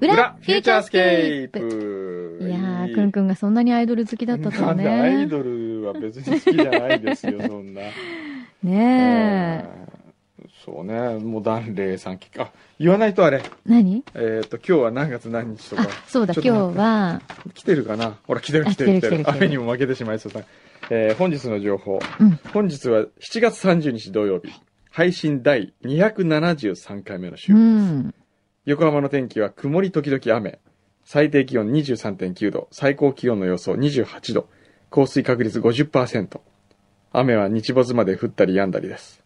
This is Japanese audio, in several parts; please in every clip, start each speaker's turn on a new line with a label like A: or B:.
A: 裏
B: 裏
A: フ
B: フ
A: ュ
B: ュ
A: ー
B: ー
A: チ
B: チ
A: ャ
B: ャ
A: ー
B: ー
A: ス
B: ス
A: ケー
B: ケー
A: プ
B: プ
A: いやー、くんくんがそんなにアイドル好きだったとは
B: なんだアイ
A: ね。
B: ドルは別に好きじゃないです よそんな
A: ねえ。
B: うんそうねもう檀れいさん聞くあ言わないとあれ
A: 何
B: えっ、と今日は何月何日と
A: あ
B: か、
A: そうだ、
B: ちょ
A: 今
B: っ
A: 日
B: と待って
A: は、
B: 来てるかなほら来てる
A: あ
B: 来てる
A: 来
B: 来
A: て
B: て
A: る
B: る
A: 来てる
B: 雨にも負けてしまいそうだ、えー本日の情報
A: うん。
B: 本日は7月30日土曜日配信第273回目の週、
A: うん。
B: 横浜の天気は曇り時々雨最低気温23.9度最高気温の予想28度降水確率50%雨は日没まで降ったり止んだりです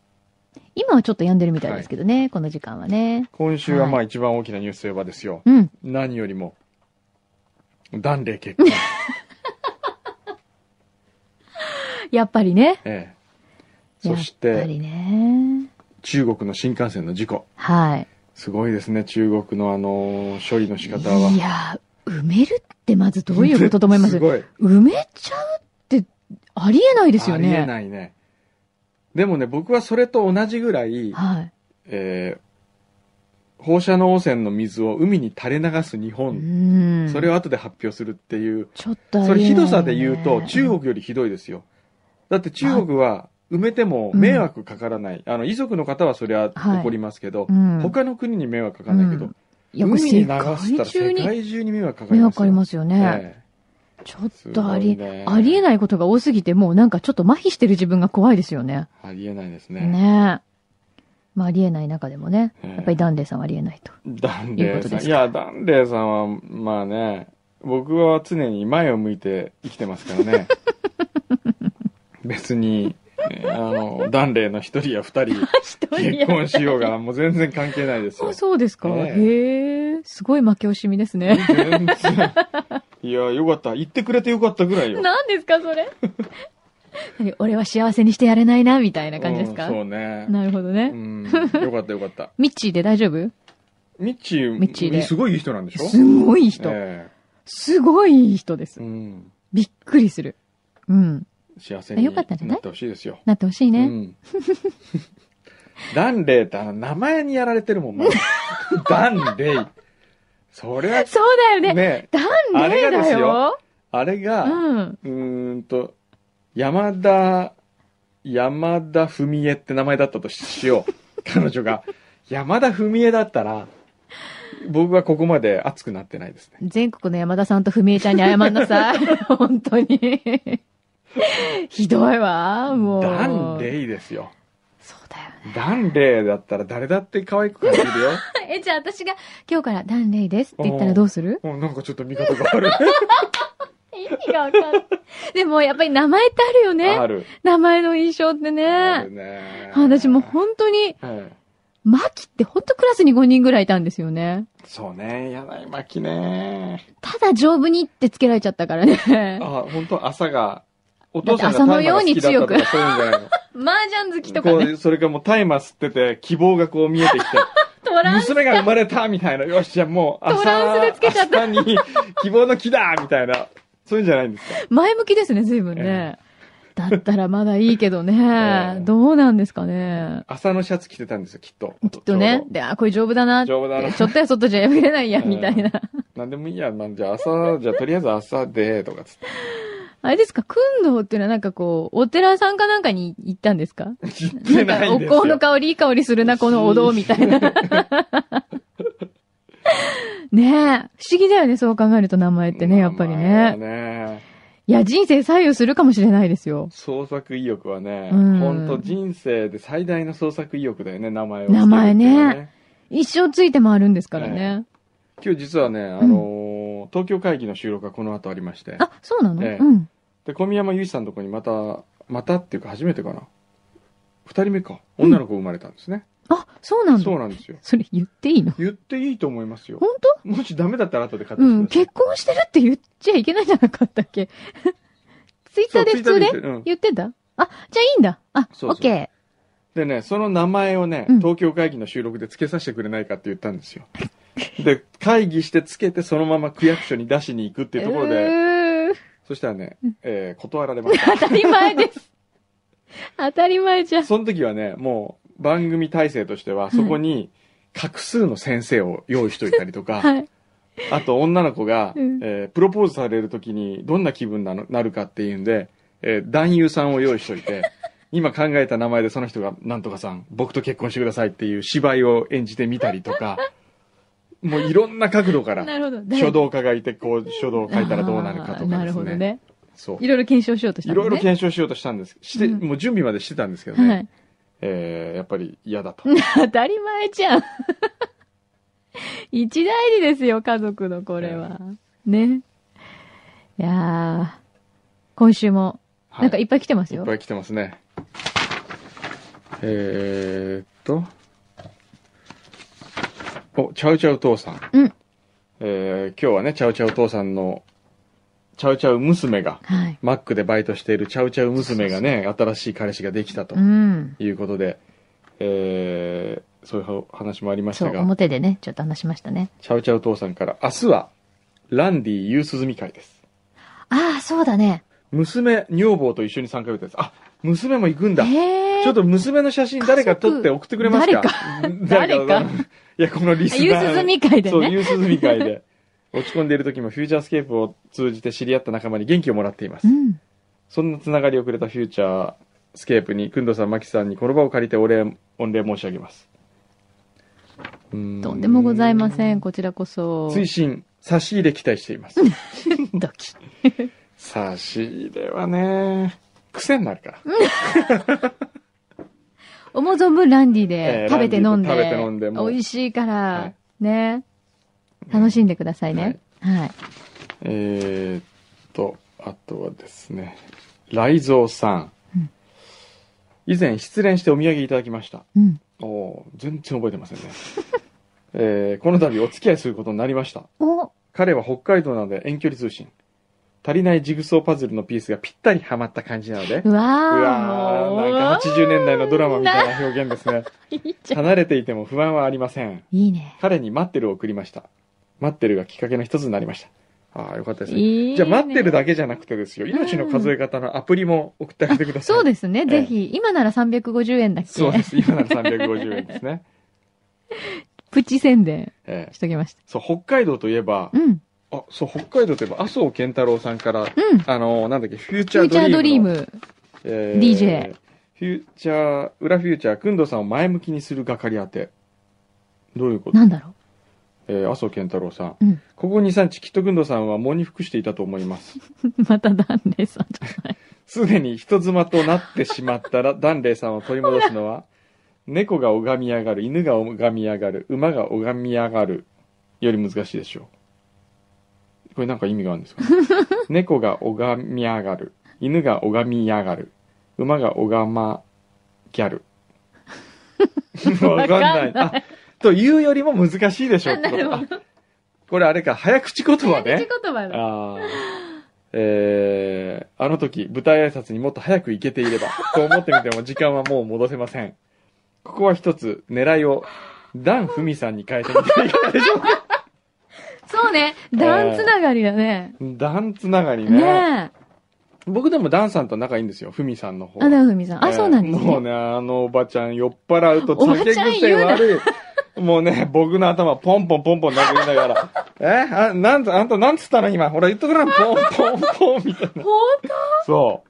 A: 今はちょっと病んでるみたいですけどね、この時間はね。
B: 今週は
A: はい
B: まあ一番大きなニュースといえばですよ、
A: うん。
B: 何よりも檀れ い結婚
A: やっぱりね。
B: ええ
A: や
B: そ
A: っ
B: し
A: ぱ
B: て
A: りね。
B: 中国の新幹線の事故
A: はい。
B: すごいですね中国のあの処理の仕方はい
A: やー、埋めるってまずどういうことと思います
B: すごい
A: 埋めちゃうって、ありえないですよね。
B: ありえないねでもね僕はそれと同じぐらい、
A: はい。
B: えー放射能汚染の水を海に垂れ流す日
A: う
B: 本、
A: ん。
B: それを後で発表するっていう、
A: ちょっとありえない、ね。
B: それひどさで言うと中国よりひどいですよ。だって中国は埋めても迷惑かからない。あの、遺族の方はそりゃ
A: はい
B: 怒りますけど、
A: うん
B: 他の国に迷惑かからないけど、
A: うんいや、これ
B: 海に
A: 世
B: 流した
A: 界
B: ら
A: 中
B: 世
A: に
B: 界中に迷惑かかり
A: 迷惑
B: ますよ。
A: かりますよね。
B: え
A: ちょ
B: え
A: っとあり、
B: すごいね
A: ありえないことが多すぎて、もうなんかちょっと麻痺してる自分が怖いですよね。
B: ありえないですね。
A: ねえ。まあありえない中でもね、
B: ええ
A: やっぱりダンデーさんはありえないと。
B: ダン
A: いう
B: レ
A: こ
B: イ
A: とで
B: さん。
A: す
B: い
A: か
B: や、ダンレイさんは、まあね、僕は常に前を向いて生きてますか らね。別に、えあの、ダンレイの一人や二人、
A: 一
B: 結婚しようが、もう全然関係ないですよ
A: あ、。そうですか。
B: ええ
A: へえ、すごい負け惜しみですね。
B: 全然。いや、よかった。言ってくれてよかったぐらいよ。
A: 何ですか、それ。何俺は幸せにしてやれないな、みたいな感じですか。
B: うんそうね。
A: なるほどね。
B: うん、よかったよかった。
A: ミッチーで大丈夫
B: ミッチー、
A: ミッチーです
B: ごいいい人なんでしょ
A: すごい人。
B: え
A: すごい人です
B: え。うん。
A: びっくりする。うん。
B: 幸せに
A: よか
B: なっ
A: ったんじゃない
B: てほしいですよ。
A: なってほしいね。
B: うん。ダンレイってあの名前にやられてる もん、まだダンレイ。それは、
A: そうだよね。
B: ね、
A: ダンレイ
B: あれが
A: だ
B: です
A: よ
B: よ。あれが、う
A: うん。
B: ーんと、山田、山田文江って名前だったとしよ う。彼女が。山田文江だったら、僕はここまで熱くなってないですね。
A: 全国の山田さんと文江ちゃんに謝んなさ い。本当に。ひどいわ、もう。
B: ダンレイですよ。
A: そうだよね。
B: ダンレイだったら誰だって可愛く感じ るよ。
A: え、じゃあ私が今日からダンレイですって言ったらどうする
B: うんなんかちょっと見方がある。
A: 意味がわかんない。でもやっぱり名前ってあるよね
B: あ。る。
A: 名前の印象って
B: あ
A: ね
B: る。ね
A: 私もう本当に、
B: はい
A: マキって本当クラスに5人ぐらいいたんですよね。
B: そうね、柳巻ね。
A: ただ丈夫にってつけられちゃったからね。
B: あ、本当朝が、お父さ
A: だっ
B: んが
A: て朝の
B: 大麻が好きだったと
A: ように強
B: かそういうんじゃない の。
A: 麻雀好きとか
B: こ
A: ね。
B: う、それかもう大麻吸ってて、希望がこう見えてきて、
A: トランス。
B: 娘が生まれたみたいな、よし、じゃあもう朝、
A: トランスでつけちゃった
B: 明日に希望の木だみたいな、そういうんじゃないんですか。
A: 前向きですね、随分ね。だったらまだいいけどね。
B: ええ
A: どうなんですかね。
B: 朝のシャツ着てたんですよ、きっと。
A: きっとね。で、あ、これ丈夫だなって。
B: 丈 夫だな
A: ちょっとやそっとじゃ破れないや、
B: ええ
A: みたいな。
B: なんでもいいや、なんじゃあ朝、じゃあとりあえず朝で、とかつって。
A: あれですか、訓導っていうのはなんかこう、お寺さんかなんかに行ったん ですか
B: 言ってないんです
A: お香の
B: よ。
A: 香り、いい香りするな、このお堂みたい な。ねえ。不思議だよね、そう考えると名前ってね、やっぱり
B: ま
A: ね。
B: あね。
A: いや、人生左右するかもしれないですよ。
B: 創作意欲はね、
A: うん
B: ほんと人生で最大の創作意欲だよね、名前を。
A: 名前ね。一生ついて回るんですからね。
B: 今日実はね、あのー東京会議の収録がこの後ありまして、
A: あ、そうなの、
B: ええ
A: うん。
B: で、小宮山由依さんのとこにまた、またっていうか初めてかな。二人目か。女の子生まれたんですね。
A: あ、そうなんだ。
B: そうなんですよ。
A: それ言っていいの
B: 言っていいと思いますよ
A: 本。
B: もしダメだったら後で
A: 当
B: 勝
A: うん。
B: 手に
A: 結婚してるって言っちゃいけないんじゃなかったっ けツイッターで普通で
B: うん。
A: 言ってたあ、じゃあいいんだ。あ、
B: そうそう
A: オッケ
B: でね、その名前をね、
A: うん
B: 東京会議の収録で付けさせてくれないかって言ったんですよ。で、会議して付けてそのまま区役所に出しに行くって
A: ー。
B: いうところで、
A: うーん
B: そしたらね、えー断られました。
A: 当たり前です。当たり前じゃん。
B: その時はね、もう番組体制としては、そこに、画数の先生を用意しといたりと か、
A: はい。
B: あと女の子が、
A: うん
B: えープロポーズされるときにどんな気分なのなるかっていうんで、えー男優さんを用意しと いて、今考えた名前でその人が、なんとかさん、僕と結婚してくださいっていう芝居を演じてみたりとか、もういろんな角度から、
A: なるほど。誰
B: 書道家がいて、こう、書道を書いたらどうなるかとかです
A: あ
B: ね。
A: ーなるほどね。
B: そう。
A: いろいろ検証しようとした
B: い
A: のね。
B: ろいろ検証しようとしたんです。して、
A: うん
B: もう準備までしてたんですけどね、
A: はい。
B: えーやっぱり嫌だと。
A: 当たり前じゃん。 一大事ですよ、家族のこれは。ね。いやー、今週も、
B: はい
A: なんかいっぱい来てます
B: いっ
A: よ。
B: ぱい来てますね。えー、っと。お、チャウチャウ父さん。
A: うん
B: えー今日はね、チャウチャウ父さんの、チャウチャウ娘が、
A: はい。
B: マックでバイトしているチャウチャウ娘がね、新しい彼氏ができたと
A: うん。
B: いうことで、えーそういう話もありまし
A: そ
B: た
A: う、
B: が、
A: 表でね、ちょっと話しましたね。
B: チャウチャウ父さんから、明日は、ランディ夕涼み会です。
A: ああ、そうだね。
B: 娘、女房と一緒に参加予定です。あ、娘も行くんだ。
A: へえ。
B: ちょっと娘の写真誰か撮って送ってくれますか
A: 誰か誰か
B: いや、このリスナー。
A: 夕涼み会で
B: そう、
A: ね。
B: 夕涼み会で。落ち込んでいる時もフューチャースケープを通じて知り合った仲間に元気をもらっています
A: う。ん。
B: そんなつながりをくれたフューチャースケープに、くんどさん、まきさんにこの場を借りてお礼、御礼申し上げます。うー
A: とんでもございません。。こちらこそ。
B: 推進、差し入れ期待しています。
A: ドキ。
B: 差し入れはね、癖になるから。
A: 思う存分ランディ
B: え
A: で
B: ー
A: 食べて飲んで。
B: ランディで食べて飲んでもう
A: 美味しいから、
B: はい
A: ね。楽しんでくださいね。はい。
B: えーっと、あとはですね、雷蔵さん。
A: うん
B: 以前失恋してお土産いただきました。
A: うん。
B: おおー全然覚えてませんね。 えーこの度お付き合いすることになりました。
A: お、
B: 彼は北海道なので遠距離通信。足りないジグソーパズルのピースがぴったりはまった感じなので。
A: うわ
B: う
A: ー。
B: わ
A: もう
B: ーなんか80年代のドラマみたいな表現で すね。
A: いいじゃん。
B: 離れていても不安はありません。
A: いいね。
B: 彼に待ってるを送りました。待ってるがきっかけの一つになりました。ああ、よかったですね。
A: いいね
B: じゃあ待ってるだけじゃなくてですよ、
A: ん
B: 命の数え方のアプリも送ってあげてください。
A: そう
B: す。
A: ですね、ぜひ。今なら350円だっけ
B: そうです。今なら350円ですね。
A: プチ宣伝
B: ええ
A: しときました。
B: そう、北海道といえば、
A: うん。
B: あ、そう、北海道といえば、麻生健太郎さんから、
A: うん。フ
B: あのーなんだっけ、フューチャ
A: ューチャ
B: ー
A: ー
B: ド
A: ド
B: リ
A: リ
B: ー
A: ー
B: ムの。
A: ム。
B: え
A: DJ。
B: フューチャー、裏フューチャー、くんどさんを前向きにする係宛て。どういうこと
A: なんだろ
B: えー、麻生健太郎さん。
A: う。うん。
B: ここ2、3日、きっとくんどさんは喪に服していたと思います。
A: またダンレイさんじゃない。
B: すでに人妻となってしまった ら、ダンレイさんを取り戻すのは、猫が拝み上がる、犬が拝み上がる、馬が拝み上がるより難しいでしょう。これなんか意味があるんです か、ね、猫が拝み上がる、犬が拝み上がる、馬が拝まギャル。わかんな
A: わか
B: い
A: ん。な
B: あ、というよりも難しいでしょうってこと
A: なるほ
B: あこれあれか、早口言葉ね。
A: 口言葉だ
B: ああ。えー、あの時、舞台挨拶にもっと早く行けていれば、と思ってみても時間はもう戻せません。ここは一つ、狙いを、ダン・フミさんに変えてみてはいかがでしょ うか。
A: そうね、ダンつながりだね。
B: ダンつながりね。
A: ねえ。
B: 僕でもダンさんと仲いいんですよ、フミさんの方。
A: アナフミさん。あ、そうなんです
B: ね。もう
A: ね。
B: ね、あのおばちゃん酔っ払うと
A: おば
B: 酒
A: ちゃん
B: 癖
A: 言うな
B: 悪い。もうね、僕の頭ポンポンポンポン殴りながら、えあ、なんつ、あんたなんつったの今。ほら言っとくれ、ポンポンポンみたいな。
A: ほん
B: そ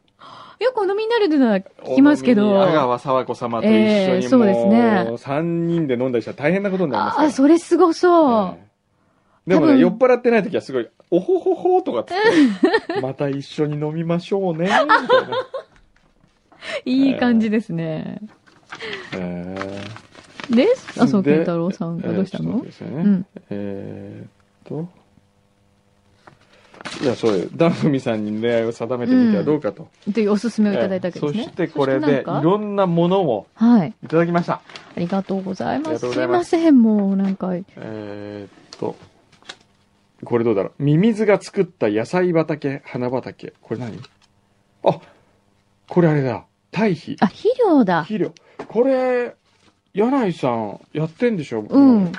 B: う。
A: よくお飲みになるっていうのは聞きますけ
B: お飲みに阿
A: ど。
B: 川沢子様と一緒
A: え
B: に
A: えそうですね
B: もう3人で飲んだりしたら大変なことになりますから
A: あ、それすごそう。
B: ええでも
A: 多
B: ね
A: 分
B: 酔っ払ってない時はすごい「おほほほ」とかっ つって「また一緒に飲みましょうね」みたいな、
A: いい感じですね。
B: ええ
A: で、麻生
B: で
A: 健太郎さんがどうしたの、
B: えーちょっと待ってくださいね
A: うん。
B: えーっとじゃあそういうダンフミさんに恋愛を定めてみてはどうかと、
A: というおすすめをいただいた
B: え
A: わけで
B: えそ
A: すね。
B: してこ
A: そ
B: れ
A: し
B: で
A: てないんか
B: ろんなものを
A: はい。
B: いただきました
A: ありがとうござい
B: あり
A: ま
B: がと
A: す。
B: うご
A: す
B: ざい
A: い
B: ま
A: ますせん、もうなんか。
B: えーっと、これどうだろう。ミミズが作った野菜畑、花畑。これ何あ、これあれだ。堆肥。
A: あ、肥料だ。
B: 肥料。これ、柳井さん、やってんでしょ
A: うん。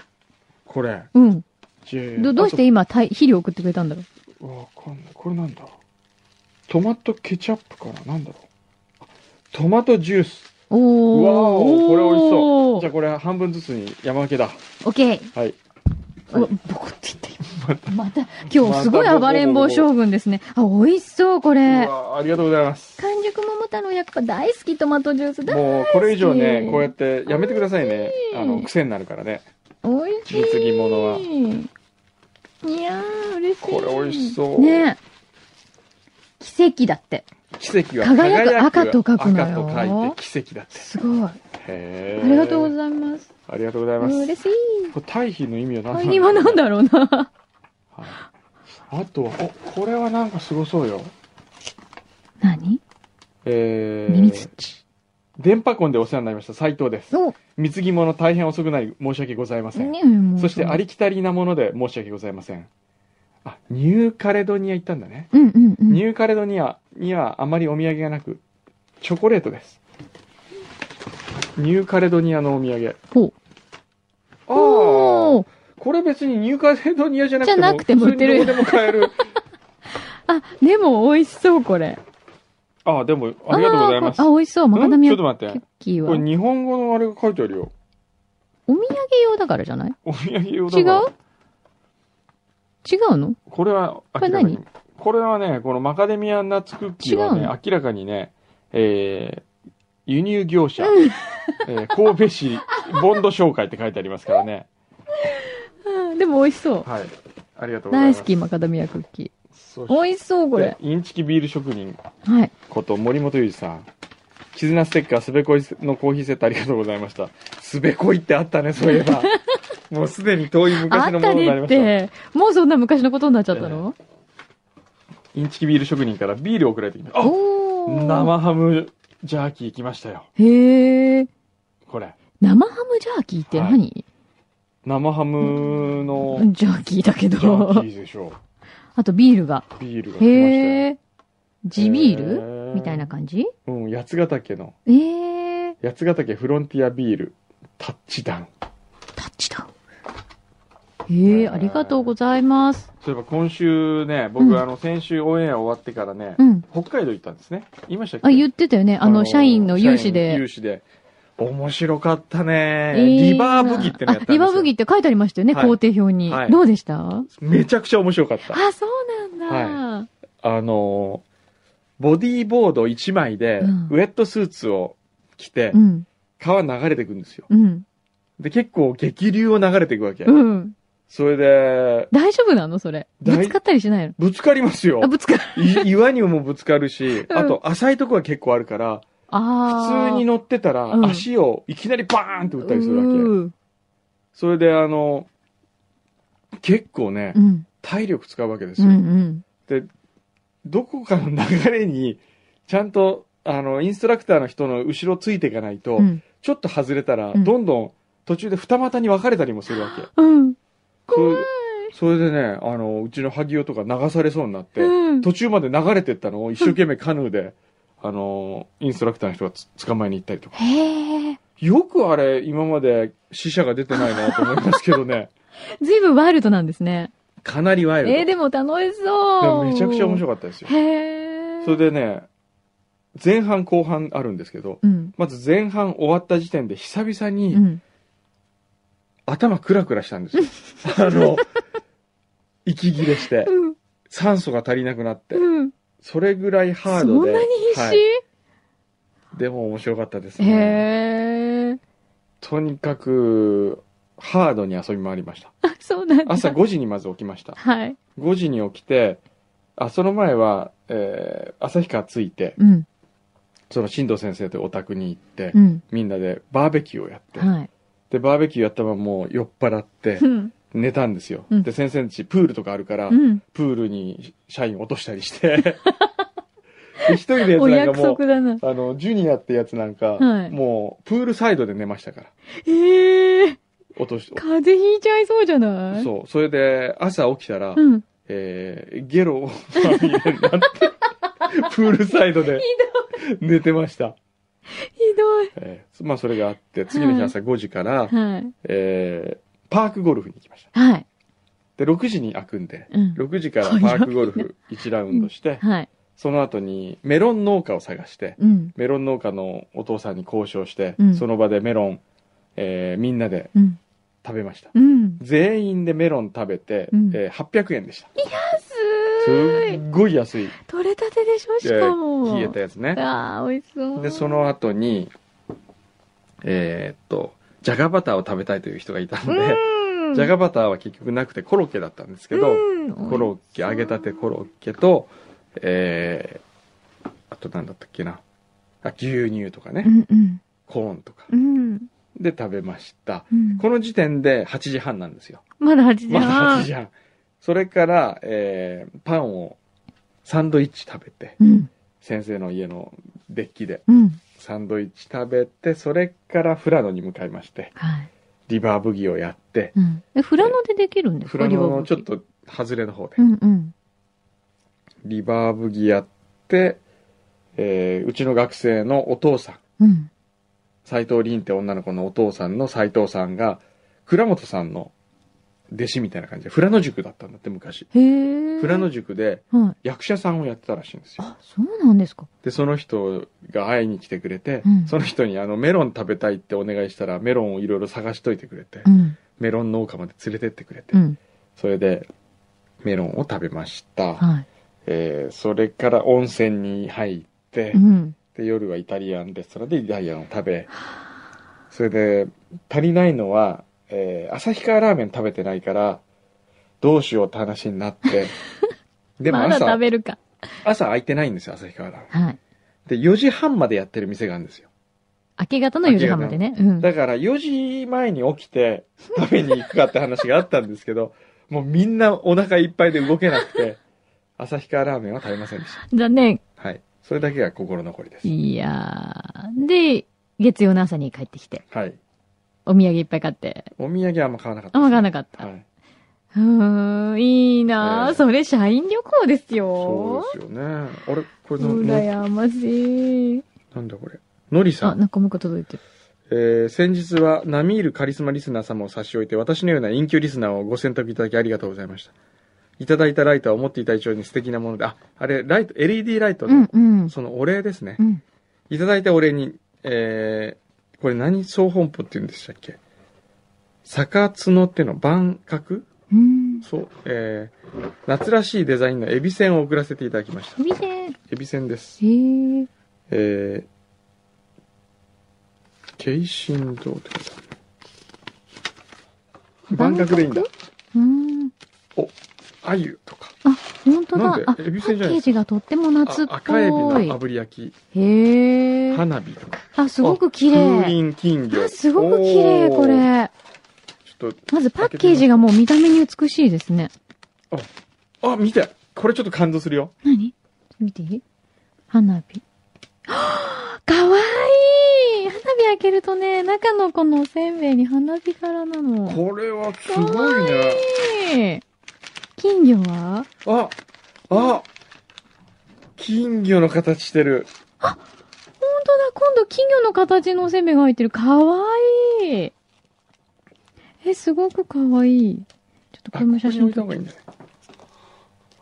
B: これ。
A: うん。
B: じゃあ
A: ど、どうして今、たい肥料送ってくれたんだろう。
B: あとわかんない。これなんだトマトケチャップかななんだろう。トマトジュース。
A: おー。
B: わおこれ美味しそう。
A: お
B: じゃあこれ半分ずつに山分けだ。
A: ー。オッケー。
B: はい。
A: うわボコっていった今また、今日すごい暴れん坊将軍ですね。あ、美味しそう、こ
B: う
A: れ。
B: わありがとうございます。
A: 完熟桃太郎やっぱ大好き、トマトジュースだ。
B: もうこれ以上ね、こうやってやめてくださいね。あの、癖になるからね。
A: 美味しい。
B: 貢ぎ物はい
A: やー、嬉しい。
B: これ美味しそう
A: ねえ奇跡だって。
B: 奇跡は
A: 輝く赤と書くのよ
B: 赤と書いて奇跡だって。
A: すごい。あ
B: へー
A: りがとうございます。
B: ありがとうございます。
A: 嬉しい。
B: これ堆肥の意味は何
A: これには何だ ろうな。
B: はいあとは、おこれはなんかすごそうよ。
A: 何
B: え
A: ミミズ
B: ー、電波婚でお世話になりました斉藤です。
A: お、
B: 貢ぎ物大変遅くなり申し訳ございません。
A: ねもう
B: そしてありきたりなもので申し訳ございません。あ、ニューカレドニア行ったんだね。
A: うんうんうん。
B: ニューカレドニアにはあまりお土産がなく、チョコレートです。ニューカレドニアのお土産。
A: ほう。
B: あ
A: お
B: あ、
A: ー
B: これ別にニューカレドニアじゃなくても、
A: じゃなくても売ってる
B: 普通にどこでも買 える。
A: あ、でも美味しそう、これ。
B: ああ、でも、ありがとうございます。
A: あー、これあ美味しそう。マカダ
B: ん
A: ミ
B: ちょ
A: ア
B: っと
A: ク
B: 待って
A: ッ。キー
B: こ
A: は
B: れ。日本語のあれが書いてあるよ。
A: お土産用だからじゃない
B: お土産用
A: 違
B: だ
A: う
B: から。
A: 違うの
B: これは
A: れ
B: 明らかに。これはね、このマカデミアナッツクッキーは
A: 違う
B: ね、
A: の
B: 明らかにね、えー、輸入業者、えー神戸市ボンド商会って書いてありますからね。
A: うんでも美味しそう。
B: はい。ありがとうございま
A: 大
B: す。
A: 好き、マカダミアクッキ
B: そして
A: ー。美味しそう、これ。
B: インチキビール職人
A: はい。
B: こと森本裕二さん。絆ステッカー、すべこいのコーヒーセットありがとうございました。すべこいってあったね、そうい えば。もうすでに遠い
A: あ
B: 昔
A: っ
B: のも
A: た
B: のにな
A: ねっ
B: りました。
A: て、もうそんな昔のことになっちゃったの、
B: インチキビール職人からビール送られてきました。あ
A: おー。
B: 生ハムジャーキー来ましたよ。
A: へえ。
B: これ。
A: 生ハムジャーキーって何、
B: 生ハムの
A: ジャーキーだけ
B: ジャー
A: ど
B: キ。ーでしょ
A: あとビールが。
B: う。ビールが来ました
A: へ
B: よ。
A: え。地ビール
B: ル
A: みたいな感じ
B: うん、八ヶ岳の、
A: ええ。
B: 八ヶ岳フロンティアビール、タッチダウン。
A: タッチだ。へ
B: へ
A: え、
B: ー
A: ありがとうございます。
B: そういえば今週ね、僕、
A: うん
B: あの、先週オンエア終わってからね、
A: うん。
B: 北海道行ったんですね。言いましたっけ
A: あ、言ってたよね。あの、社員の有志
B: 社員
A: で
B: 有。志で。面白かったね。
A: えー
B: リバーブギってのやったんです
A: あ
B: よ。
A: リバーブギって書いてありましたよね、
B: はい
A: 工程表に。
B: はい
A: どうでしたあ、
B: めちゃくちゃ面白かった。
A: そうなんだ。
B: あのー、ボディーボード1枚で、
A: うん
B: ウェットスーツを着て
A: う、ん、
B: 川流れてくんですよ。
A: うん、
B: で、結構激流を流れていくわけ。
A: うん。
B: それで、
A: 大丈夫なのそれ。
B: 大
A: ぶつかったりしないの
B: ぶつかりますよ
A: あ、。ぶつかる。
B: い岩にもぶつかるし、
A: ん
B: あと浅いとこは結構あるから、
A: ああ。
B: 普通に乗ってたら
A: うん
B: 足をいきなりバーンって打ったりするわけ。
A: う
B: それであの、結構ね
A: ー、うん、
B: 体力使うわけです
A: うん、う
B: よ。
A: ん。
B: どこかの流れに、ちゃんと、あの、インストラクターの人の後ろついていかないと、
A: うん、
B: ちょっと外れたら、
A: うん
B: どんどん途中で二股に分かれたりもするわけ。
A: うん、
B: 怖いそれでね、あの、うちの萩尾とか流されそうになって、
A: うん。
B: 途中まで流れてったのを一生懸命カヌーで、あの、インストラクターの人がつ捕まえに行ったりとか。
A: へえ。
B: よくあれ、今まで死者が出てないなと思いますけど ね。
A: ずいぶんワイルドなんですね。
B: かなりワイルド。
A: えー、でも楽しそ
B: でも
A: う。
B: めちゃくちゃ面白かったですよ。
A: へえ。
B: それでね、前半後半あるんですけど、
A: うん、
B: まず前半終わった時点で久々
A: う
B: に
A: ん。
B: 頭クラクラしたんです よ。あの、息切れして、
A: うん、
B: 酸素が足りなくなって、
A: うん。
B: それぐらいハー
A: そ
B: ドで。
A: んなに必
B: は
A: 死
B: いでも面白かったですね。
A: へえ。
B: とにかく、ハードに遊び回りました。
A: あ、そうなんだ。
B: 朝5時にまず起きました。
A: はい。
B: 5時に起きて、あ、その前は、えー、旭川着いて、
A: うん、
B: その新藤先生というお宅に行って、
A: うん。
B: みんなでバーベキューをやって、
A: はい。
B: で、バーベキューやったままもう酔っ払って
A: う、ん、
B: 寝たんですよ。
A: うん
B: で、先生んちプールとかあるから、
A: うん。
B: プールに社員落としたり して、で一人でや
A: お
B: つなん
A: 約
B: かも
A: 束だな。
B: う、あの、ジュニアってやつなんか、
A: はい
B: もう、プールサイドで寝ましたから、
A: ええ
B: 落とし、
A: 風邪ひいちゃいそうじゃない
B: そう、それで朝起きたら、
A: うん。
B: えー、ゲロを まみれになって、プールサイドで寝てました。
A: ひどい。
B: えーまあ、それがあって、次の日朝5時から、
A: はい。
B: えーパークゴルフに行きました。
A: はい。
B: で、6時に開くんで、
A: うん。
B: 6時からパークゴルフ1ラウンドして、
A: はい。
B: その後にメロン農家を探して、
A: うん。
B: メロン農家のお父さんに交渉して、
A: うん
B: その場でメロン、えーみんなで
A: うん。
B: 食べました。
A: うん。
B: 全員でメロン食べて、
A: うん
B: えー800円でした。
A: 安
B: す
A: い。
B: っごい安い。
A: 取れたてでしょしかも。
B: えー消えたやつね。
A: ああ、美味しそう。
B: で、その後に、えーっと、じゃがバターを食べたいという人がいたので、
A: うん、
B: じゃがバターは結局なくてコロッケだったんですけど、
A: うん
B: コロッケ、揚げたてコロッケと、えー、あと何だったっけな。あ、牛乳とかね、
A: うんうん。
B: コーンとか
A: う。ん。
B: で食べました。
A: うん
B: この時点で8時半なんですよ。
A: まだ8時
B: ま
A: 半。
B: だ8時半。それから、えーパンを、サンドイッチ食べて、
A: うん。
B: 先生の家のデッキで
A: うん。
B: サンドイッチ食べて、それから富良野に向かいまして、
A: はい。
B: リバーブギーをやって、
A: うん。え、フラノでできるんですか
B: 富良野
A: リバー
B: の
A: ブ
B: ちょっと外れの方で
A: う、んうん。
B: リバーブギーやって、えーうちの学生のお父さん、
A: うん。
B: 斎藤凛って女の子のお父さんの斎藤さんが、倉本さんの弟子みたいな感じで、富良野塾だったんだって昔。
A: へえ。
B: 富良野塾で
A: はい。
B: 役者さんをやってたらしいんですよ。
A: あ、そうなんですか。
B: で、その人が会いに来てくれて、
A: うん
B: その人にあのメロン食べたいってお願いしたら、メロンをいろいろ探しといてくれて、
A: うん。
B: メロン農家まで連れてってくれて、
A: うん。
B: それでメロンを食べました。
A: は
B: えーそれから温泉に入って、
A: い。うん。
B: で夜はイタリアンレストランでイタリアンを食べそれで足りないのは、えー、旭川ラーメン食べてないからどうしようって話になって でも
A: まだ
B: 朝、
A: 食べるか。
B: 朝空いてないんですよ旭川ラーメ
A: はい。
B: ンで4時半までやってる店があるんですよ
A: 明け方の4時半までね。うん。
B: だから4時前に起きて食べに行くかって話があったんですけど もうみんなお腹いっぱいで動けなくて 旭川ラーメンは食べませんでし
A: 残念。
B: たはいそれだけが心残りです
A: いやー。で、月曜の朝に帰ってきて、
B: はい
A: お土産いっぱい買って、
B: お土産はあんま買わなかった
A: あん
B: ですね
A: ま買わなかった。
B: は
A: う
B: い
A: ーん、いいなー、
B: ええ
A: それ社員旅行ですよ
B: そうですよね。あれこれの、な
A: 羨ましい。
B: なんだこれ。のりさ
A: あ、
B: ん。
A: なんかもう一個届いてる。
B: えー先日は、ナミールカリスマリスナー様を差し置いて、私のような隠居リスナーをご選択いただきありがとうございました。いただいたライトは思っていた以上に素敵なもので、あ、あれ、ライト、LED ライト
A: う
B: の、
A: んうん。
B: そのお礼ですね
A: う。ん。
B: いただいたお礼に、えー、これ何総本舗って言うんでしたっけ坂角っていうの、万角
A: うん。
B: そう、えー、夏らしいデザインのエビ線を送らせていただきました。
A: 見て。へ
B: エビ線です。
A: え。
B: えー、慶心堂って書いてある。万角でいいんだ。
A: うん。
B: あゆとか。
A: 本当だ。
B: な
A: あ
B: んで、
A: パ
B: エビ
A: ッ
B: せんじゃない
A: ケージがとっても夏っ
B: あ
A: ぽ
B: 赤エビの
A: い。
B: 炙り焼き、
A: へえ。
B: 花火とか。
A: あ、すごく綺
B: 風
A: 麗。
B: 鈴金魚。
A: あ、すごく綺麗、
B: おー
A: こ。れ。
B: ちょっ
A: まずパッケージがもう見た目に美しいですね。
B: と、あ、見て。これちょっと感動するよ。
A: 何見ていい花火。はぁかわいい花火開けるとね、中のこのおせんべいに花火柄なの。
B: これはす
A: か
B: ご
A: わ
B: いね。
A: いい金魚は
B: あ、あ、金魚の形してる。
A: 本当だ、今度金魚の形のおせんべいが入ってる。かわいいえ、すごくかわいい。ちょっとこ
B: あ、
A: れ
B: ここ
A: も
B: に
A: 写真
B: 置い
A: 撮
B: た
A: っ
B: 方がいいん
A: て。
B: じゃない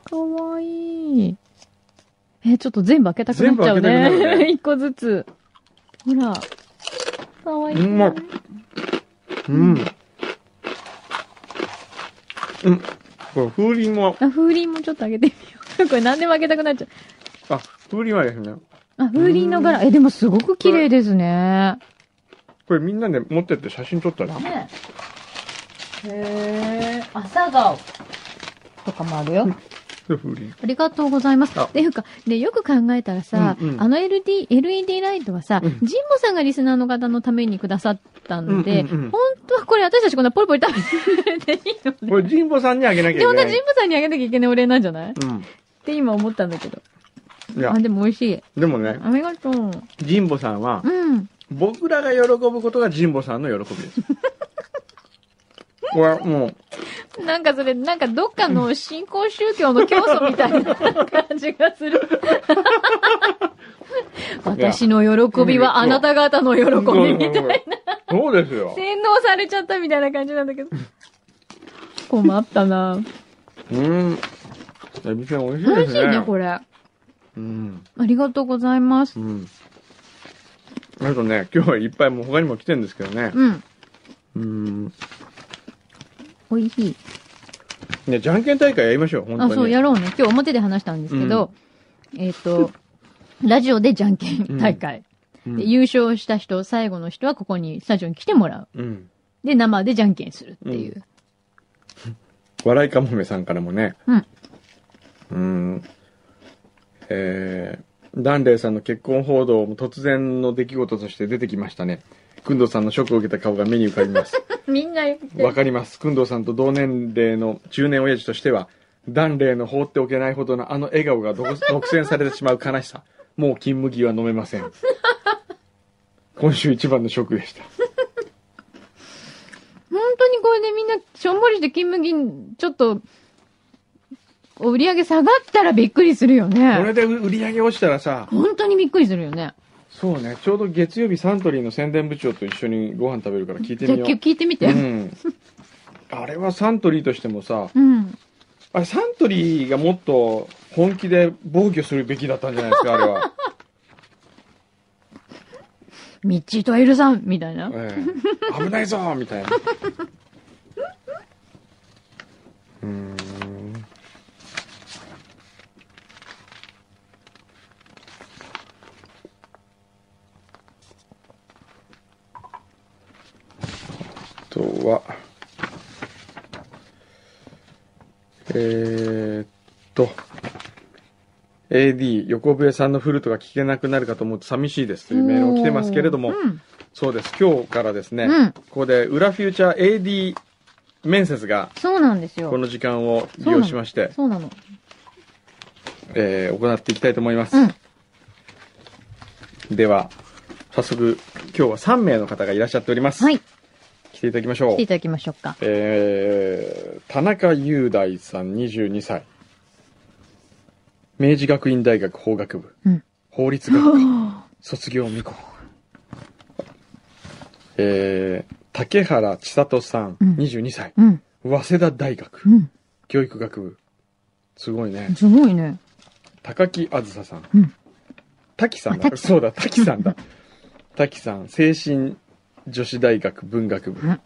A: かわいい。え、ちょっと全部開けたくなっちゃう
B: 全部開けたくなる
A: ね。
B: ね
A: 一個ずつ。ほら。かわいい。
B: うまいうん。うん。これ風鈴も、
A: あ、風鈴もちょっとあげてみよう。こ れ何でもあげたくなっちゃう。
B: あ、風鈴はですね、
A: あ、風鈴の柄。え、でもすごく綺麗ですね。
B: これみんなで持ってって写真撮ったら。
A: ねへえ。朝顔とかもあるよ。
B: 風鈴。
A: ありがとうございます。
B: あ
A: っていうか、ね、よく考えたらさ、
B: うんうん
A: あの LED、LED ライトはさ、
B: うん
A: ジンボさんがリスナーの方のためにくださったんで、
B: うんうんうん
A: 本当はこれ私たちこんなポリポリ食べていいのね。
B: これ神保さんにあげなきゃい
A: で、
B: け
A: 本当
B: な
A: はジ
B: い
A: ン。ボさんにあげなきゃいけないお礼なんじゃないっ
B: う
A: て今思ったんだけど。
B: ん。いや
A: あ、、でも美味しい。
B: でもね、
A: ありがとう。
B: 神保さんは、
A: うん。
B: 僕らが喜ぶことが神保さんの喜び です。これはも
A: なんかそれ、なんかどっかの新興宗教の教祖みたいな感じがする。 私の喜びはあなた方の
B: う、
A: 喜びみたいな。
B: な。そうですよ。
A: 洗脳されちゃったみたいな感じなんだけど。困ったな
B: うん。エビせん美味しい
A: 美
B: で
A: 味
B: す
A: し
B: ね。
A: いね、これ。あ
B: うん。
A: りがとうございます
B: う。ん。あとね、今日はいっぱいもう他にも来てるんですけどね。
A: うん。
B: うん。
A: おいしい。
B: ね、じゃんけん大会やりましょう、本当
A: あ、
B: に。
A: そう、やろうね。今日表で話したんですけど、えっ、と、ラジオでじゃんけん大会、
B: うん
A: で優勝した人、最後の人はここにスタジオに来てもらう。
B: うん。
A: で、生でじゃんけんするっていう。
B: 笑いかもめさんからもね。
A: うん。
B: うん。えー、ダンレイさんの結婚報道も突然の出来事として出てきましたね。くんどさんのショックを受けた顔が目に浮かびます。
A: みんな言って
B: わ
A: る。
B: かります。くんどさんと同年齢の中年親父としては、ダンレイの放っておけないほどのあの笑顔がどこ独占されてしまう悲しさ。もう金麦は飲めません。今週一番のショックでした。
A: 本当にこれでみんなしょんぼりして金麦、ちょっと、売り上げ下がったらびっくりするよ
B: これ
A: ね。
B: で売り上げ落ちたらさ、
A: 本当にびっくりするよね。
B: そうね、ちょうど月曜日サントリーの宣伝部長と一緒にご飯食べるから聞いて
A: じゃあ
B: みよ
A: 今
B: う
A: 日。聞いてみ
B: う
A: て。
B: ん。あれはサントリーとしてもさ、
A: うん。
B: あれサントリーがもっと本気で防御するべきだったんじゃないですか、あれは。
A: ミッチーとエルさん、みたいな。
B: ええ、危ないぞーみたいな。 うーん。あとは、えー、っと、AD 横笛さんのフルートが聴けなくなるかと思うと寂しいですというメールを来てますけれども、
A: うん。
B: そうです。今日からですね、
A: うん
B: ここで裏フューチャー AD 面接が
A: そうなんですよ
B: こ。の時間を利用しまして、
A: そうなの。
B: えー行っていきたいと思います。
A: うん。
B: では、早速、今日は3名の方がいらっしゃっております。
A: はい。
B: 来ていただきましょ
A: 来
B: う
A: て。いただきましょうか。
B: えー、田中雄大さん22歳。明治学院大学法学部。
A: うん
B: 法律学科。卒業未婚。えー、竹原千里さん
A: うん
B: 22歳。
A: うん。
B: 早稲田大学。
A: うん。
B: 教育学部。すごいね。
A: すごいね。
B: 高木あずささん。
A: うん
B: 滝さん
A: あ
B: だ。
A: 滝
B: そうだ、滝さんだ。滝さん、精神女子大学文学部。
A: うん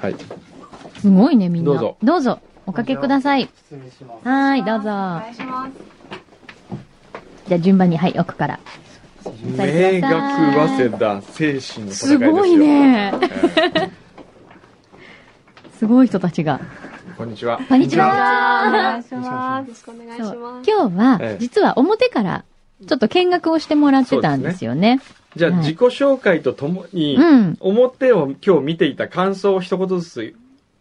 B: はい。
A: すごいね、みんな。
B: どうぞ
A: どうぞ。おかけください。
C: 失礼します。
A: はーい、どうぞ。
D: お願いします。
A: じゃあ順番に、はい、奥から。
B: 明学早稲田精神の戦いです
A: す
B: よ。
A: ごいね。
B: えー。
A: すごい人たちが。
B: こんにちは。
A: こんにち
D: お
A: は。
D: 願いし
C: ま
D: ます。よろしくお願い
A: そう
D: します。
A: 今日は
B: ええ、
A: 実は表から、ちょっと見学をしてもらってたんですよね。
B: じゃあ、
A: はい
B: 自己紹介とともに
A: う、ん。
B: 表を今日見ていた感想を一言ずつ。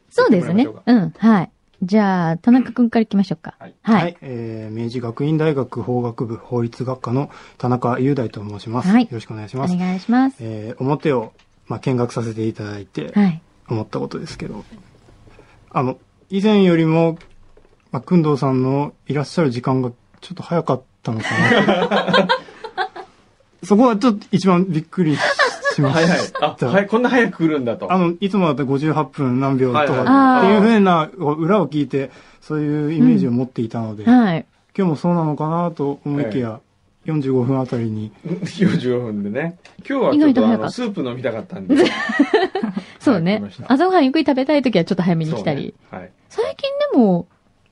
A: そうですね
B: 行っても。
A: うん、はい。じゃあ、田中くんから行きましょうか。
B: はい
A: は。
C: はいい、えー、明治学院大学法学部法律学科の田中雄大と申します。
A: はい
C: よろしくお願いし
A: お
C: ます。
A: 願いします。
C: えー、表を、まあ、見学させていただいて、
A: はい。
C: 思ったことですけど、あの、以前よりも、まあ、くんどうさんのいらっしゃる時間がちょっと早かったのかな。そこはちょっと一番びっくりししま
B: はいはい
C: し。
B: あ、
C: た。
B: はい、こんな早く来るんだと。
C: あの、いつもだと58分何秒とか
B: はいはい
A: あー
C: っていうふうなこう裏を聞いて、そういうイメージを持っていたので、今
A: はい。
C: 日もそうなのかなと思いきや、45分あたりに、
B: 45分でね。今日はちょっ
A: 意外と
B: とあ
A: 早かっ
B: の
A: た
B: スープ飲みたかったんで。
A: そう
B: はい来
A: ね
B: まし。た
A: 朝ごはんゆっくり食べたい時はちょっと早めに来たり。
B: そうねはい。
A: 最近でも、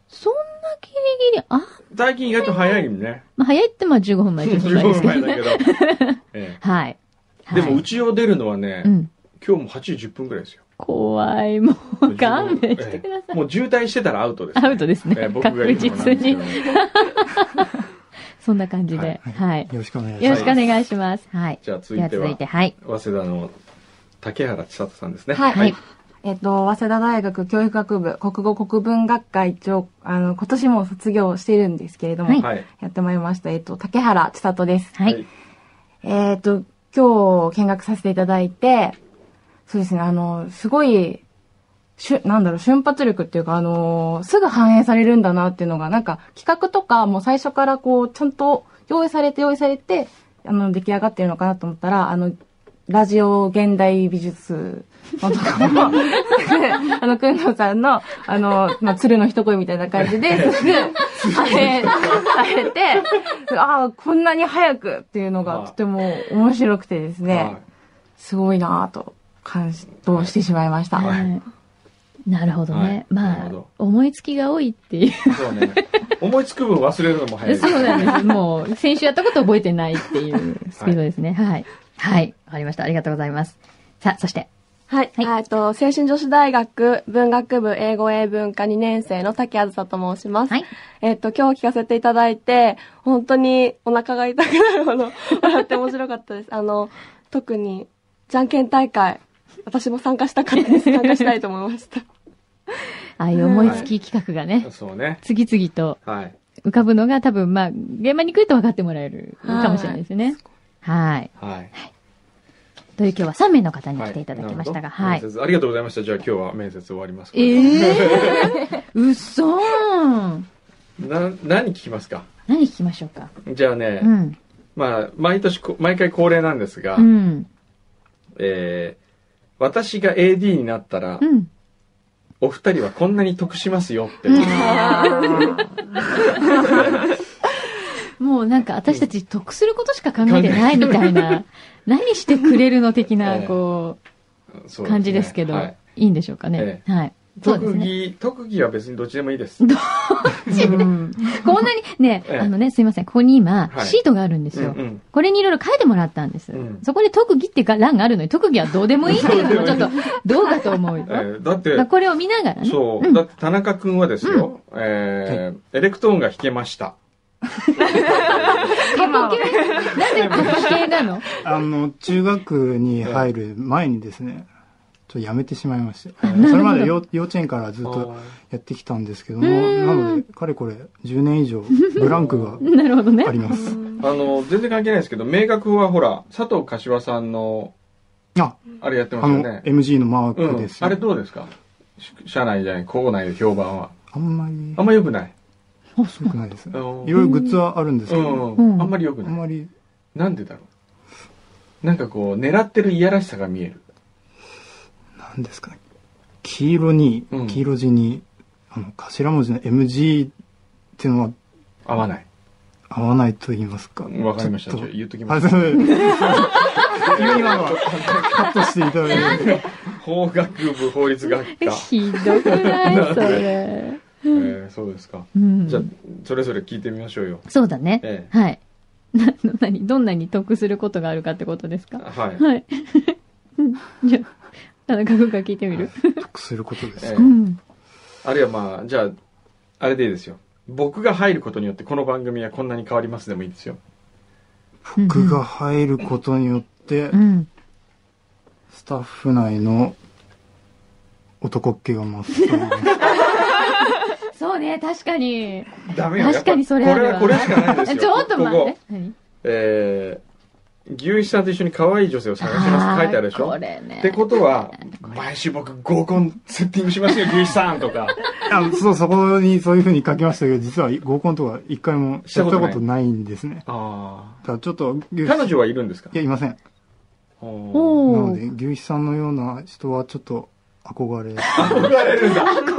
A: そんなギリギリ、あ、
B: 最近意外と早いね。
A: まあ、早いってまあ15分 前ってことな
B: 15
A: いです
B: 分
A: けど
B: 前
A: ね。
B: だけど。え
A: はい。
B: えでも、
A: は
B: う
A: い
B: ちを出るのはね
A: う、ん。
B: 今日も8時10分ぐら いですよ。
A: 怖い。もう勘弁してくだ
B: え
A: さ
B: え
A: い。
B: もう渋滞してたらアウトですね。
A: アウトですね。
B: ええ僕が
A: 確
B: 言うのもな
A: 実
B: んですけど
A: に。そんな感じで。はい。
C: よろしくお願いし
A: よ
C: ま
A: ろ
C: す
A: しく。お願いします。はい。
B: じゃあ続
A: ではい
B: て
A: 続い
B: は
A: て、、はい。
B: 早稲田の竹原千里さんですね。
D: はい
A: はい。
D: えっと、早稲田大学教育学部国語国文学科一応、あの、今年も卒業しているんですけれども、
A: はい
B: はい。
D: やってまいりました。えっと、竹原千里です。
A: はい。。
D: えっと、今日見学させていただいて、そうですね、あの、すごい、しゅ、なんだろう、瞬発力っていうか、あの、すぐ反映されるんだなっていうのが、なんか、企画とかも最初からこう、ちゃんと用意されて用意されて、あの、出来上がってるのかなと思ったら、あの、ラジオ現代美術のとかも、 あの、くんのさんの、あの、まあ、鶴の一声みたいな感じで、すぐ、あれ、されて、ああ、こんなに早くっていうのがとても面白くてですね、
B: は
D: すごいなぁと感動してしまいました。
A: はいなるほどね。
B: はいな
A: ま
B: るほ
A: あ
B: ど、
A: 思いつきが多いっていう。
B: そうね。思いつく分忘れるのも早いで す
A: そうなんです。もう、先週やったこと覚えてないっていうスピードですね。はい。はい。わかりました。ありがとうございます。さあ、そして。
E: はい。
A: はい
E: えっと、青春女子大学文学部英語英文科2年生の竹あずさと申します。
A: はい。
E: えっと、今日聞かせていただいて、本当にお腹が痛くなるほど笑って面白かったです。あの、特に、じゃんけん大会、私も参加したかったです。参加したいと思いました。
A: ああいう思いつき企画がね、
B: そうね。
A: 次々と
B: はい。
A: 浮かぶのが多分、まあ、現場に来ると分かってもらえるかもしれないですね。はい。
B: はい。
A: という今日は3名の方に
B: はい
A: 来ていただきましたが、
B: な
A: は
B: る
A: い
B: ほ。ど面接ありがとうございました。じゃあ今日は面接終わります。
A: ええー、うそーん。
B: な、何聞きますか
A: 何聞きましょうか。
B: じゃあね
A: う、ん。
B: まあ、毎年こ、毎回恒例なんですが
A: う、ん。
B: えー私が AD になったら
A: う、ん。
B: お二人はこんなに得しますよって。
A: もうなんか私たち得することしか考えてないみたいな、何してくれるの的な、
B: ええ
A: こ、
B: そううね
A: 感じですけど、
B: はいい、
A: いんでしょうかね。はい。そうです
B: 特
A: ね。
B: 技、特技は別にどっちでもいいです。
D: うん
A: こんなに、ね、
B: ええ
A: あのね、すいません、ここに今、
B: はい
A: シートがあるんです
B: うん
A: よ。
B: うん。
A: これにいろいろ書いてもらったんです。
B: うん
A: そこで特技っていうか欄があるのに、特技はどうでもいいって いうのもちょっと、どうかと思うよ。
B: え
A: だか
B: ーだって、
A: らこれを見ながらね。
B: そう、だって田中君はですよ、えーエレクトーンが弾けました。
D: 今は
A: なんで過去形な の
C: あの、中学に入る前にですね、ちょっとやめてしまいまして。
A: あ
C: そ
A: なるほど
C: れまで幼幼稚園からずっとやってきたんですけども、
A: うーん
C: なので、かれこれ10年以上ブランクが
A: なるほどね
C: あ。ります。
B: あの、全然関係ないですけど、名楽はほら、佐藤柏さんの、
C: あ、
B: あれやってま
C: あ
B: すよ
C: の、
B: ね。
C: MG のマー
B: う
C: クで
B: ん
C: す。
B: あれどうですかし社内じゃない、校内の評判は。
C: あんまり
B: あ、んま良くない。
A: あ、そう
C: 良くないです
B: あ
C: ね。
B: の
C: いろいろグッズはあるんです
B: う
C: けど、
B: ん、
A: うん
B: あんまり良く
C: あ
B: ない。
C: んまり、
B: なんでだろうなんかこう、狙ってるいやらしさが見える。
C: なんですかね。黄色に
B: うん、
C: 黄色地に、あの、頭文字の MG っていうのは
B: 合わない。
C: 合わないと言いますか。
B: わかりました。
C: ち
B: じゃ
C: ょっ
B: あ
C: と
B: 言っとき
C: あ、
B: ま
C: そ
B: す。
C: う。 急に今のはカットしていただいて。
B: 法学部法律学科。
A: ひどくないそれ。
B: えー、そうですか。
A: うん
B: じゃあ、それぞれ聞いてみましょうよ。
A: そうだね。
B: え
A: はい。 な、な何どんなに得することがあるかってことです
B: え
A: か
B: はい。
A: はい。うんじゃあ、田中君から聞いてみる
C: 得することです
B: え
C: か。
B: え
A: うん。
B: あるいはまあ、じゃあ、あれでいいですよ。僕が入ることによってこの番組はこんなに変わりますでもいいですよ。
C: 僕が入ることによって
A: う、ん。
C: スタッフ内の男っ気が 増すという。
A: そうね、確かに。
B: ダメよ。
A: 確かにそれある
B: や
A: わ。
B: っぱこれはこれしかないですよ。
A: ちょっと待っ
B: こ
A: て
B: こ。
A: 何
B: えー、牛一さんと一緒に可愛い女性を探しますって書いてあるでしょ
A: これね。
B: ってことは、毎週僕合コンセッティングしますよ、牛一さんとか。
C: あそう、そこにそういうふうに書きましたけど、実は合コンとか一回も
B: し
C: したた
B: こ
C: こと
B: ない
C: とないんですね。
B: あ
C: だからちょっと、
B: あ。
C: 牛
B: 彼女はいるんですか
C: いや、いません。
B: おー
C: な
A: お
C: の
A: お
C: で、。牛飛さんのような人はちょっと 憧れ。ち
B: 憧れるんだ。憧れ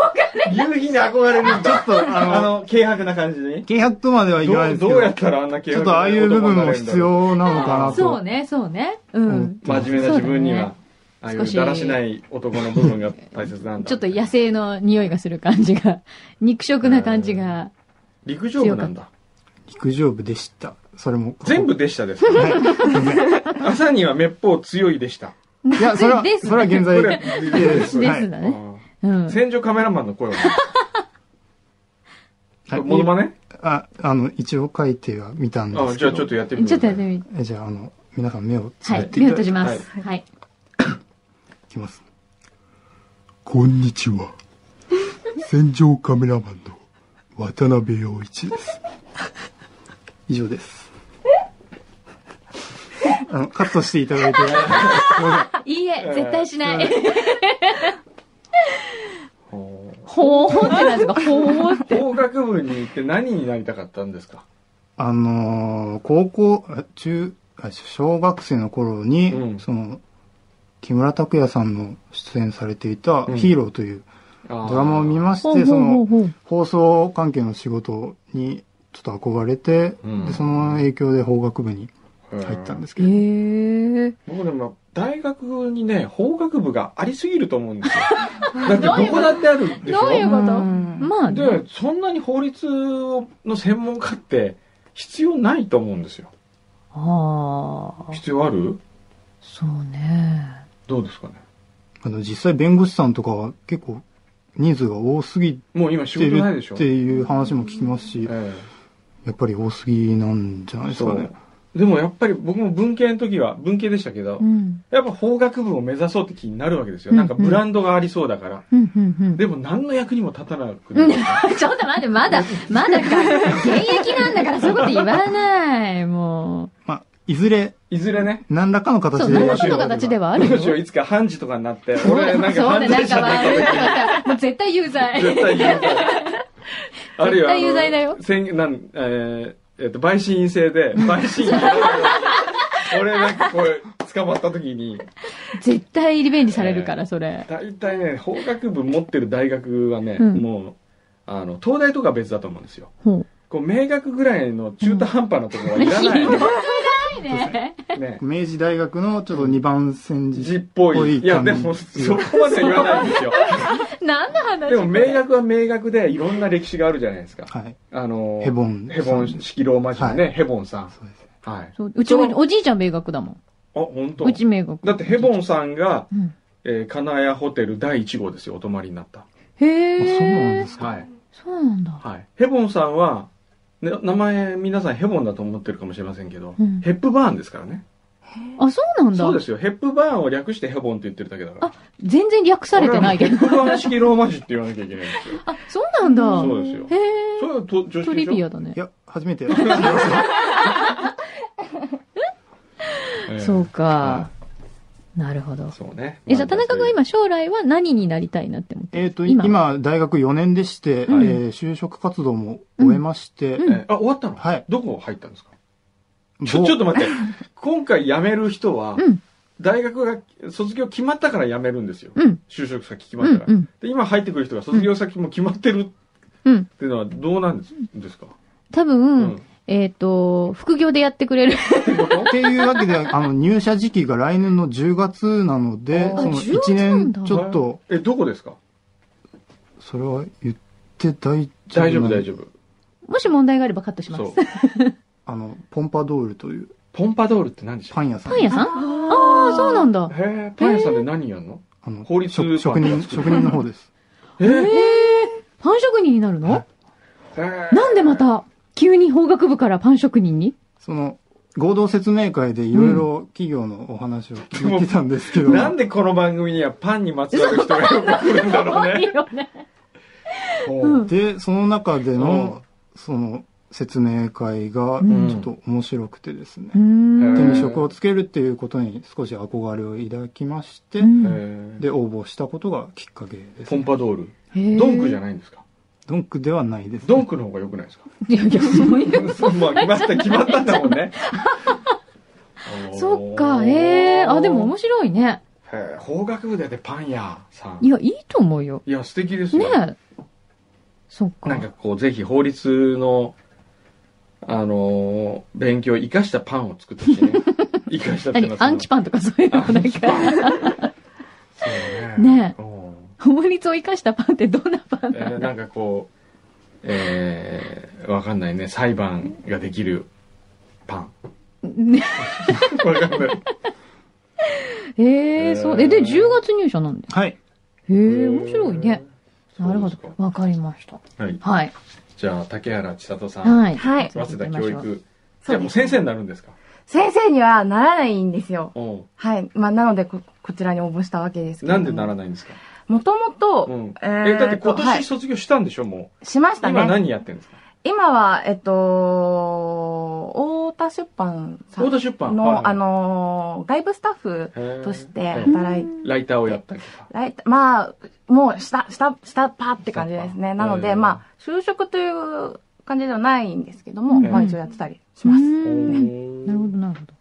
B: 夕日に憧れるんだ。
C: ょっと、
B: あ
C: あの、
B: の、軽薄な感じに。
C: 軽薄とまではいかない
B: どうど
C: ですけど、
B: うやったらあんな軽
C: ちょ
B: 薄
C: っとああいう部分も必要なのかなと。
A: そうね、そうね。うん。
B: 真面目な自分には、ああい
A: 少
B: う
A: し
B: だらしない男の部分が大切なんだ
A: ちょっと野生の匂いがする感じが、 肉食な感じが。
B: 陸上部なんだ
C: 陸上部でした。それも。
B: 全部でしたですからね朝にはめっぽう強いでした
C: いや、それは
A: で、す
C: それは現在。
B: これ
C: いやです
A: で
C: は
A: す
C: い。
A: だ
B: う
A: ね。
B: ん
A: うん。
B: 戦場カメラマンの声は
C: はい
B: モノマネ
C: あ、あの、一応書いてはみたんで
B: あ
C: すけ
B: じゃ
C: ど。
B: あちょっとやってみて
A: ちょっ
B: く
A: と
B: だ
A: やっ
B: さ
A: て
B: い
A: みて。
C: えじゃあ、あの、皆さん目をつ
A: は
C: ぶっ
A: い。
C: てい
A: 目
C: た
A: を閉
C: だい
A: じ
C: て
A: ます。はい。
C: いきます。こんにちは。戦場カメラマンの渡辺陽一です。以上です。あの、カットしていただいて。
A: いいえ、絶対しない。
B: ほう
A: ほーってなんですかほーって。
B: 法学部に行って何になりたかったんですか
C: あのー高校、あ中、あ小学生の頃に、
B: うん
C: その、木村拓哉さんの出演されていた
B: うん
C: ヒーローという
B: ド
C: ドラマを見まし
A: ほ
C: て、
A: うほ
C: そう
A: ほう
C: の、
A: ほう。
C: 放送関係の仕事にちょっと憧れて、
B: うん
C: でその影響で法学部に入ったんです
A: え
C: けど、
A: ー。
B: 僕でも大学にね法学部がありすぎると思うんですよだってどこだってあるでしょ
E: どういうこと
D: うん
A: まあね、
B: でそんなに法律の専門家って必要ないと思うんですよ
A: ああ、
B: 必要ある
A: そうね。
B: どうですかね
C: あの実際弁護士さんとかは結構人数が多すぎ
B: もう今仕
C: て
B: 事ないで
C: る
B: しょ
C: っていう話も聞きますし、
B: え
C: やっぱり多すぎなんじゃない
B: え
C: ですかね。
B: でもやっぱり僕も文系の時は文系でしたけど、
A: うん。
B: やっぱ法学部を目指そうって気になるわけですよ、
A: うん
B: なんかブランドがありそうだから
A: うん、うん、うん。
B: でも何の役にも立たなくなる、
A: ちょっと待って、まだ、まだか。現役なんだから、そういうこと言わない。も
C: まあ、いずれ
B: いずれね
C: 何らかの
A: う。
C: 形
A: そう、
C: で
A: 何らかの形ではあるよ。
B: どうし
A: そ
B: よ
A: う
B: ういつか判事とかになって
A: そう
B: 俺
A: ね、な
B: なんんか
A: か
B: 判事者になった時
A: もう絶対有罪。
B: 絶対有罪。 あるいは、あの
A: 絶対有罪だよ
B: 宣言なん、えーえっと、陪審員制で、陪審員俺なんかこれ、捕まった時に、
A: 絶対リベンジされるから、それ。
B: 大体ね、法学部持ってる大学はね、
A: うん
B: もう、あの、東大とか別だと思うんですよ。
A: ほう。
B: こう、名学ぐらいの中途半端なところはいらない。
A: いいね。
B: ね。
C: 明治大学のちょっと2番戦時
B: 字っぽい。いや、でも、
C: 感じ
B: そこまでは言わない んですよ。
A: 何の話
B: でも、名学は名学で、いろんな歴史があるじゃないですか。
C: はい。
B: あの、
C: ヘボン
B: ヘボン、式ローマ字のね、
C: は
B: ヘボンさん。
C: そうです。
B: はい。
A: そううち
B: そ
A: お、
B: の
A: おじいちゃん名学だもん。
B: あ、本当。
A: うち名学。
B: だってヘボンさんが、
A: うん。
B: えー、金谷ホテル第1号ですよ、お泊まりになった。
C: あそうなん
A: へ
C: で
A: え。
C: すか。
B: はい。
A: そうなんだ。
B: はい。ヘボンさんは、ね、名前皆さんヘボンだと思ってるかもしれませんけど、
A: うん
B: ヘップバーンですからね。
A: あ、そうなんだ。
B: そうですよ。ヘップバーンを略してヘボンって言ってるだけだから。
A: 全然略されてないけど。
B: 俺はもうヘップバーン式ローマ字って言わなきゃいけないんですよ。
A: あ、そうなんだ。
B: そうですよ。
A: へえ。
B: それはと常
A: ト
B: 識
A: リ
B: で
A: ビ
B: しょ
A: アだね
C: い。や、初 めて知りました。
B: ええ
A: そうか
B: は。
A: なるほど
B: い。そうね。
A: え、じゃあ田中が
B: まあ、
A: 今将来は何になりたいなって思ってる
C: えっと、
A: 今
C: 今、大学4年でして、え
A: うん
C: ー就職活動も終えまして、
A: うん
B: ええあ、終わったの
C: はい
B: どこ入ったんですか
C: 某
B: ちょ、ちょっ と待って。今回辞める人は、
A: うん、
B: 大学が卒業決まったから辞めるんですよ。
A: うん、
B: 就職先決まっ
A: う
B: た
A: ん
B: か、ら。
A: うん。
B: で今入ってくる人が卒業先も決まってるっ
A: うん。
B: ていうのはどうなんですですか、
A: 多
B: う
A: 分、えっ、と、副業でやってくれる。
B: ってこと
C: っていうわけで、あの、入社時期が来年の10月なので、
B: あ
C: その
A: 10月
C: 1
A: なん
C: 年
A: だ
C: ちょっと、。
B: え、どこですか
C: それは言って大丈夫
B: 大丈夫、
C: な
B: 大丈夫。
A: もし問題があればカットします
B: そう。。
C: あの、ポンパドールという
B: ポンパドールって何でしょ
C: パン屋さん。
A: パン屋さんああー、そうなんだ。
B: へえ、パン屋さんで何やんの
C: あの、
B: 法律
C: 職職
B: パン
C: 人、
B: とか
C: 職人の方です。
B: え
A: えー、パン職人になるの
C: は
B: へえ
A: なんでまた、急に法学部からパン職人に
C: その、合同説明会でいろいろ企業のお話を聞いてたんですけど、
B: なんでこの番組にはパンにまつわる人がよく来るんだろう
A: い
B: ね。
A: いよね。
B: ほう
C: で、その中での、その、説明会が、
A: う
C: ち
A: ん
C: ょっと面白くてですね
A: うー。ん。
B: へ
C: 手
B: ー
C: に職をつけるっていうことに少し憧れを抱きまして、
B: へ
A: ん
B: え
C: で、応募したことがきっかけです
B: ポ
C: ね、
B: ンパドール。
A: へー
B: ドンクじゃないんですか
C: ドンクではないです、
B: ドンクの方が良くな いですか
A: いやいや、そう いう。
B: まあ、決まった、決まったんだもんね。
A: そっか、ええー。あ、でも面白いね。
B: へえ法学部ででパン屋さん。
A: い
B: い
A: や、いいと思うよ。
B: や、素敵です
A: ね
B: よ。
A: え。そっか。
B: なんかこう、ぜひ法律の、あのー勉強を生かしたパンを作ってほし いね。生かしたっていう
A: 何
B: のはその
A: アンチパンとかそういうのなん か、
B: そう
A: ね
B: ね。
A: え
B: うん
A: 法律を生かしたパンってどんなパン
B: え
A: な
B: ー
A: ん
B: な
A: だ
B: んかこう、えー、わかんないね。裁判ができるパン。
A: ね
B: わかんない。
A: えー、そう。え、で、10月入社なんで。
C: はい。
A: へえ、面白いね。なるほ
B: そうで
A: ど
B: す。
A: わかりました。
B: か。はい。
A: はい。
B: じゃあ、竹原千里さん。
A: はい。
D: はい
B: 早稲田教育。じ
D: そ
B: ゃあ
D: う
B: もう
D: です
B: 先生になるんですか
D: 先生にはならないんですよ。
B: うん。
D: はい。まあ、なのでこ、こちらに応募したわけですけれ
B: な
D: ど
B: ん
D: も。
B: でならないんですか
D: もともと、
B: うん。
D: え
B: え、
D: ー
B: だって今
D: は
B: 年
D: い、
B: 卒業したんでしょも
D: しまし
B: う。
D: たね。
B: 今何やってるんですか
D: 今は、えっと、太田出版さ
B: 大
D: ん
B: 田出版。はいはい
D: の、あ、のー、外部スタッフ
B: へー
D: として
B: はい
D: 働い
B: ライターをやったりとか。
D: ライターまあ、もう、下、下、下、パーって感じです
B: 下パー
D: ね。なの
B: ええ
D: で、まあ、就職という感じではないんですけども、
A: うん
D: まあ一応やってたりします。
A: う
B: お
A: ん なるほ
B: ー
A: ど、なるほど。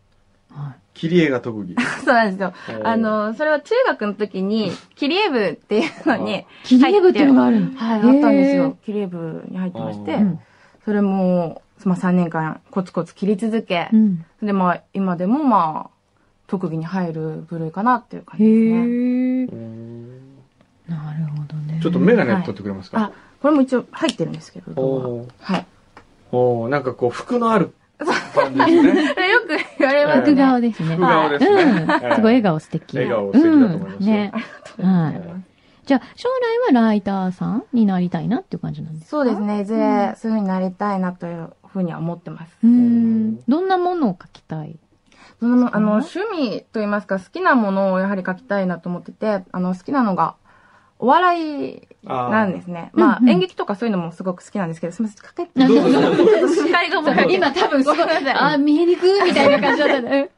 A: はい。
B: 切り絵が特技。
D: そうなんですよ。 あ
B: おー、
D: の、それは中学の時に、キリエ部っていうのに、
A: 切り絵部っていうのがあるの。
D: はい、
A: へー
D: あったんですよ。キリエ部に入ってまして
B: う
A: うん、
B: ん
D: それも、まあ3年間コツコツ切り続け
A: う、ん。
D: で、まあ今でもまあ、特技に入る部類かなっていう感
A: へ
D: じですね。
A: え。
B: うん
A: なるほどね。
B: ちょっとメガネ取ってくれますか、
D: あ、これも一応入ってるんですけど、動画は
B: おー
D: はい。
B: おーなんかこう、服のある感じですね。
D: これよく言われます
A: 福
D: ね。
A: 顔ですね。
B: 服顔です
A: う
B: ね。
A: ん。すごい笑顔素敵。
B: 笑顔素敵だと思いますよ
A: うんね。はい。じゃあ、将来はライターさんになりたいなっていう感じなんですか
D: そうですね。いずれそういう風になりたいなというふうには思ってます。
A: うーん。どんなものを書きたい
D: そのあの
A: うん
D: 趣味と言いますか好きなものをやはり書きたいなと思っててあの好きなのがお笑い
B: あー
D: なんですねまあ、
A: うんうん
D: 演劇とかそういうのもすごく好きなんですけどすみませんかけ
A: どうぞどう
D: 視界がもう
A: 今多分すごい
D: ごめんなさい、
A: あ、見えにくいみたいな感じだったね。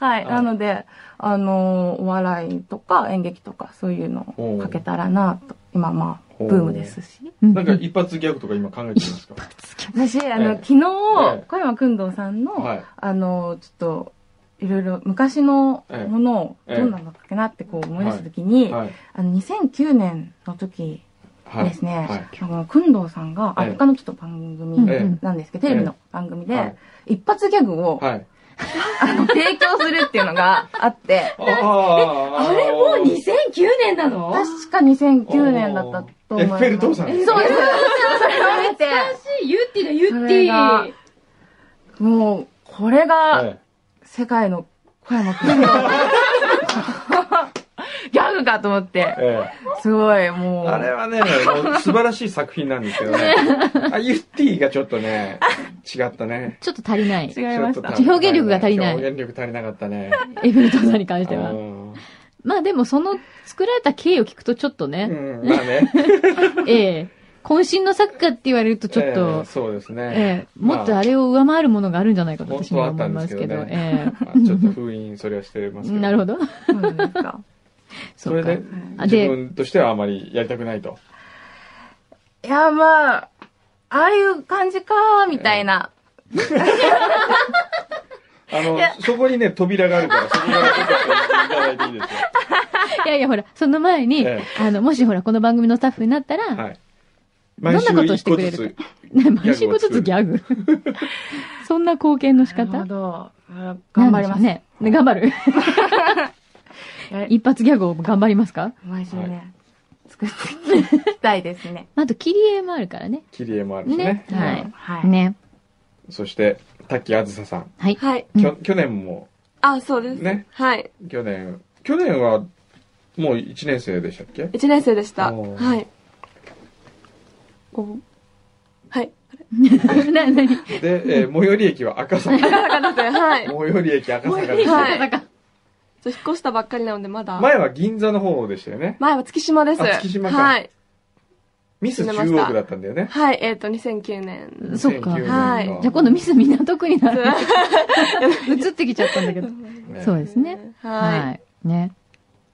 D: はい
B: あ
D: なのであのお笑いとか演劇とかそういうのを書けたらなと今まあ
B: おう
D: ブームですし
A: うん
B: なんか一発ギャグとか今考えてみます か
D: 私あ
B: え
D: の、
B: え
D: 昨日、
B: え
D: 小山君堂さんの、
B: はい。
D: あの、ちょっと、いろいろ昔の
B: ええ
D: ものを
B: ええ
D: どんなのだったかなってこう思い出したときに、
B: はい。
D: あの、2009年の時
B: はい。
D: ですね、
B: はい
D: あの、くんどうさんが、あ、
B: ええ
D: 他のちょっと番組
B: え
D: なんですけど、
B: ええ
D: テレビの番組
B: は
D: で
B: い、
D: 一発ギャグを、
B: はい。
D: あの、提供するっていうのが あって、
B: ああ。あれもう2009
A: 2009年なの
D: 確か2009年だったと思います。
B: エッフェル塔さん
D: そうです。そうですそれを見て、
A: しい、ユッティだ、ユ
D: ッティもう、これが
B: 年。
D: 世界の小山 くんどうギャグかと思って。
B: え
D: すごい、
B: え
D: もう。
B: あれはね、もう素晴らしい作品なんですけど ね。あ、ユッティがちょっとね、違ったね。
A: ちょっと足りない。
D: 違いました
B: ちょっと
A: 表現力が足りない
B: 表現力足りなかったね。
A: エフェル塔さんに関して
B: う
A: は。
B: ん
A: まあでもその作られた経緯を聞くとちょっと
B: う
A: ね、
B: ん、まあ ね。
A: ええ、渾身の作家って言われるとちょっ
B: ええ
A: と、
B: そうですね
A: ええ。、もっとあれを上回るものがあるんじゃないかと私には思いますけど、
B: 本当は
A: え
B: まあちょっと封印それはしてま
A: え。
B: すけど。
A: なるほ。ど。
D: そうなんですか。
B: それ
A: うか
B: で、
A: あ
B: 自
A: で
B: 分としてはあまりやりたくないと。
D: いや、まあ、ああいう感じか、みたいな。
B: あの、そこにね、扉があるから、そこからちょっといただいていいですよ。
A: いやいや、ほら、その前に、
B: え
A: あの、もしほら、この番組のスタッフになった ら、
B: はい。
A: どんなことをしてくれるか
B: 毎週一個ず
A: ね、毎週ずつギャグ。そんな貢献の仕
D: なる
A: 方
D: ほど。頑張ります。
A: ね。ね頑張る。
D: やり
A: 一発ギャグを頑張りますか
D: 毎週ね、作っていきたいです ね。
A: あと、切り絵もあるからね。
B: つ切り絵もあるしね。
A: ねはい
D: うんはい。
A: ね。
B: そして、滝あずささん。
A: はい。
E: はい。
A: うん
B: きょ去年も、
E: あ、そうです。
B: ね
E: はい。
B: 去年、去年は、もう1年生でしたっけ
E: 1年生でした。
B: おー
E: はい。おはい。
A: な、なに
B: で、えー最寄り駅は赤 坂。
E: なかなかはい。
B: 最
E: ちょ
B: 寄り駅赤坂で
E: 最寄り
B: す。
E: 駅っと引っ越したばっかりなので、まだ。
B: 前は銀座の方でしたよね。
E: 前は月島です。
B: あ月島か
E: はい。
B: ミス中央区だったんだよね。
E: はい、えっ、ー、と、2009年。
A: そっか。
B: 2009年
A: じ
B: が
E: はい
A: ゃあ今度ミス港区になる。移ってきちゃったんだ けど。
B: ね
A: そうですね。。
E: は。
A: はいい。ね。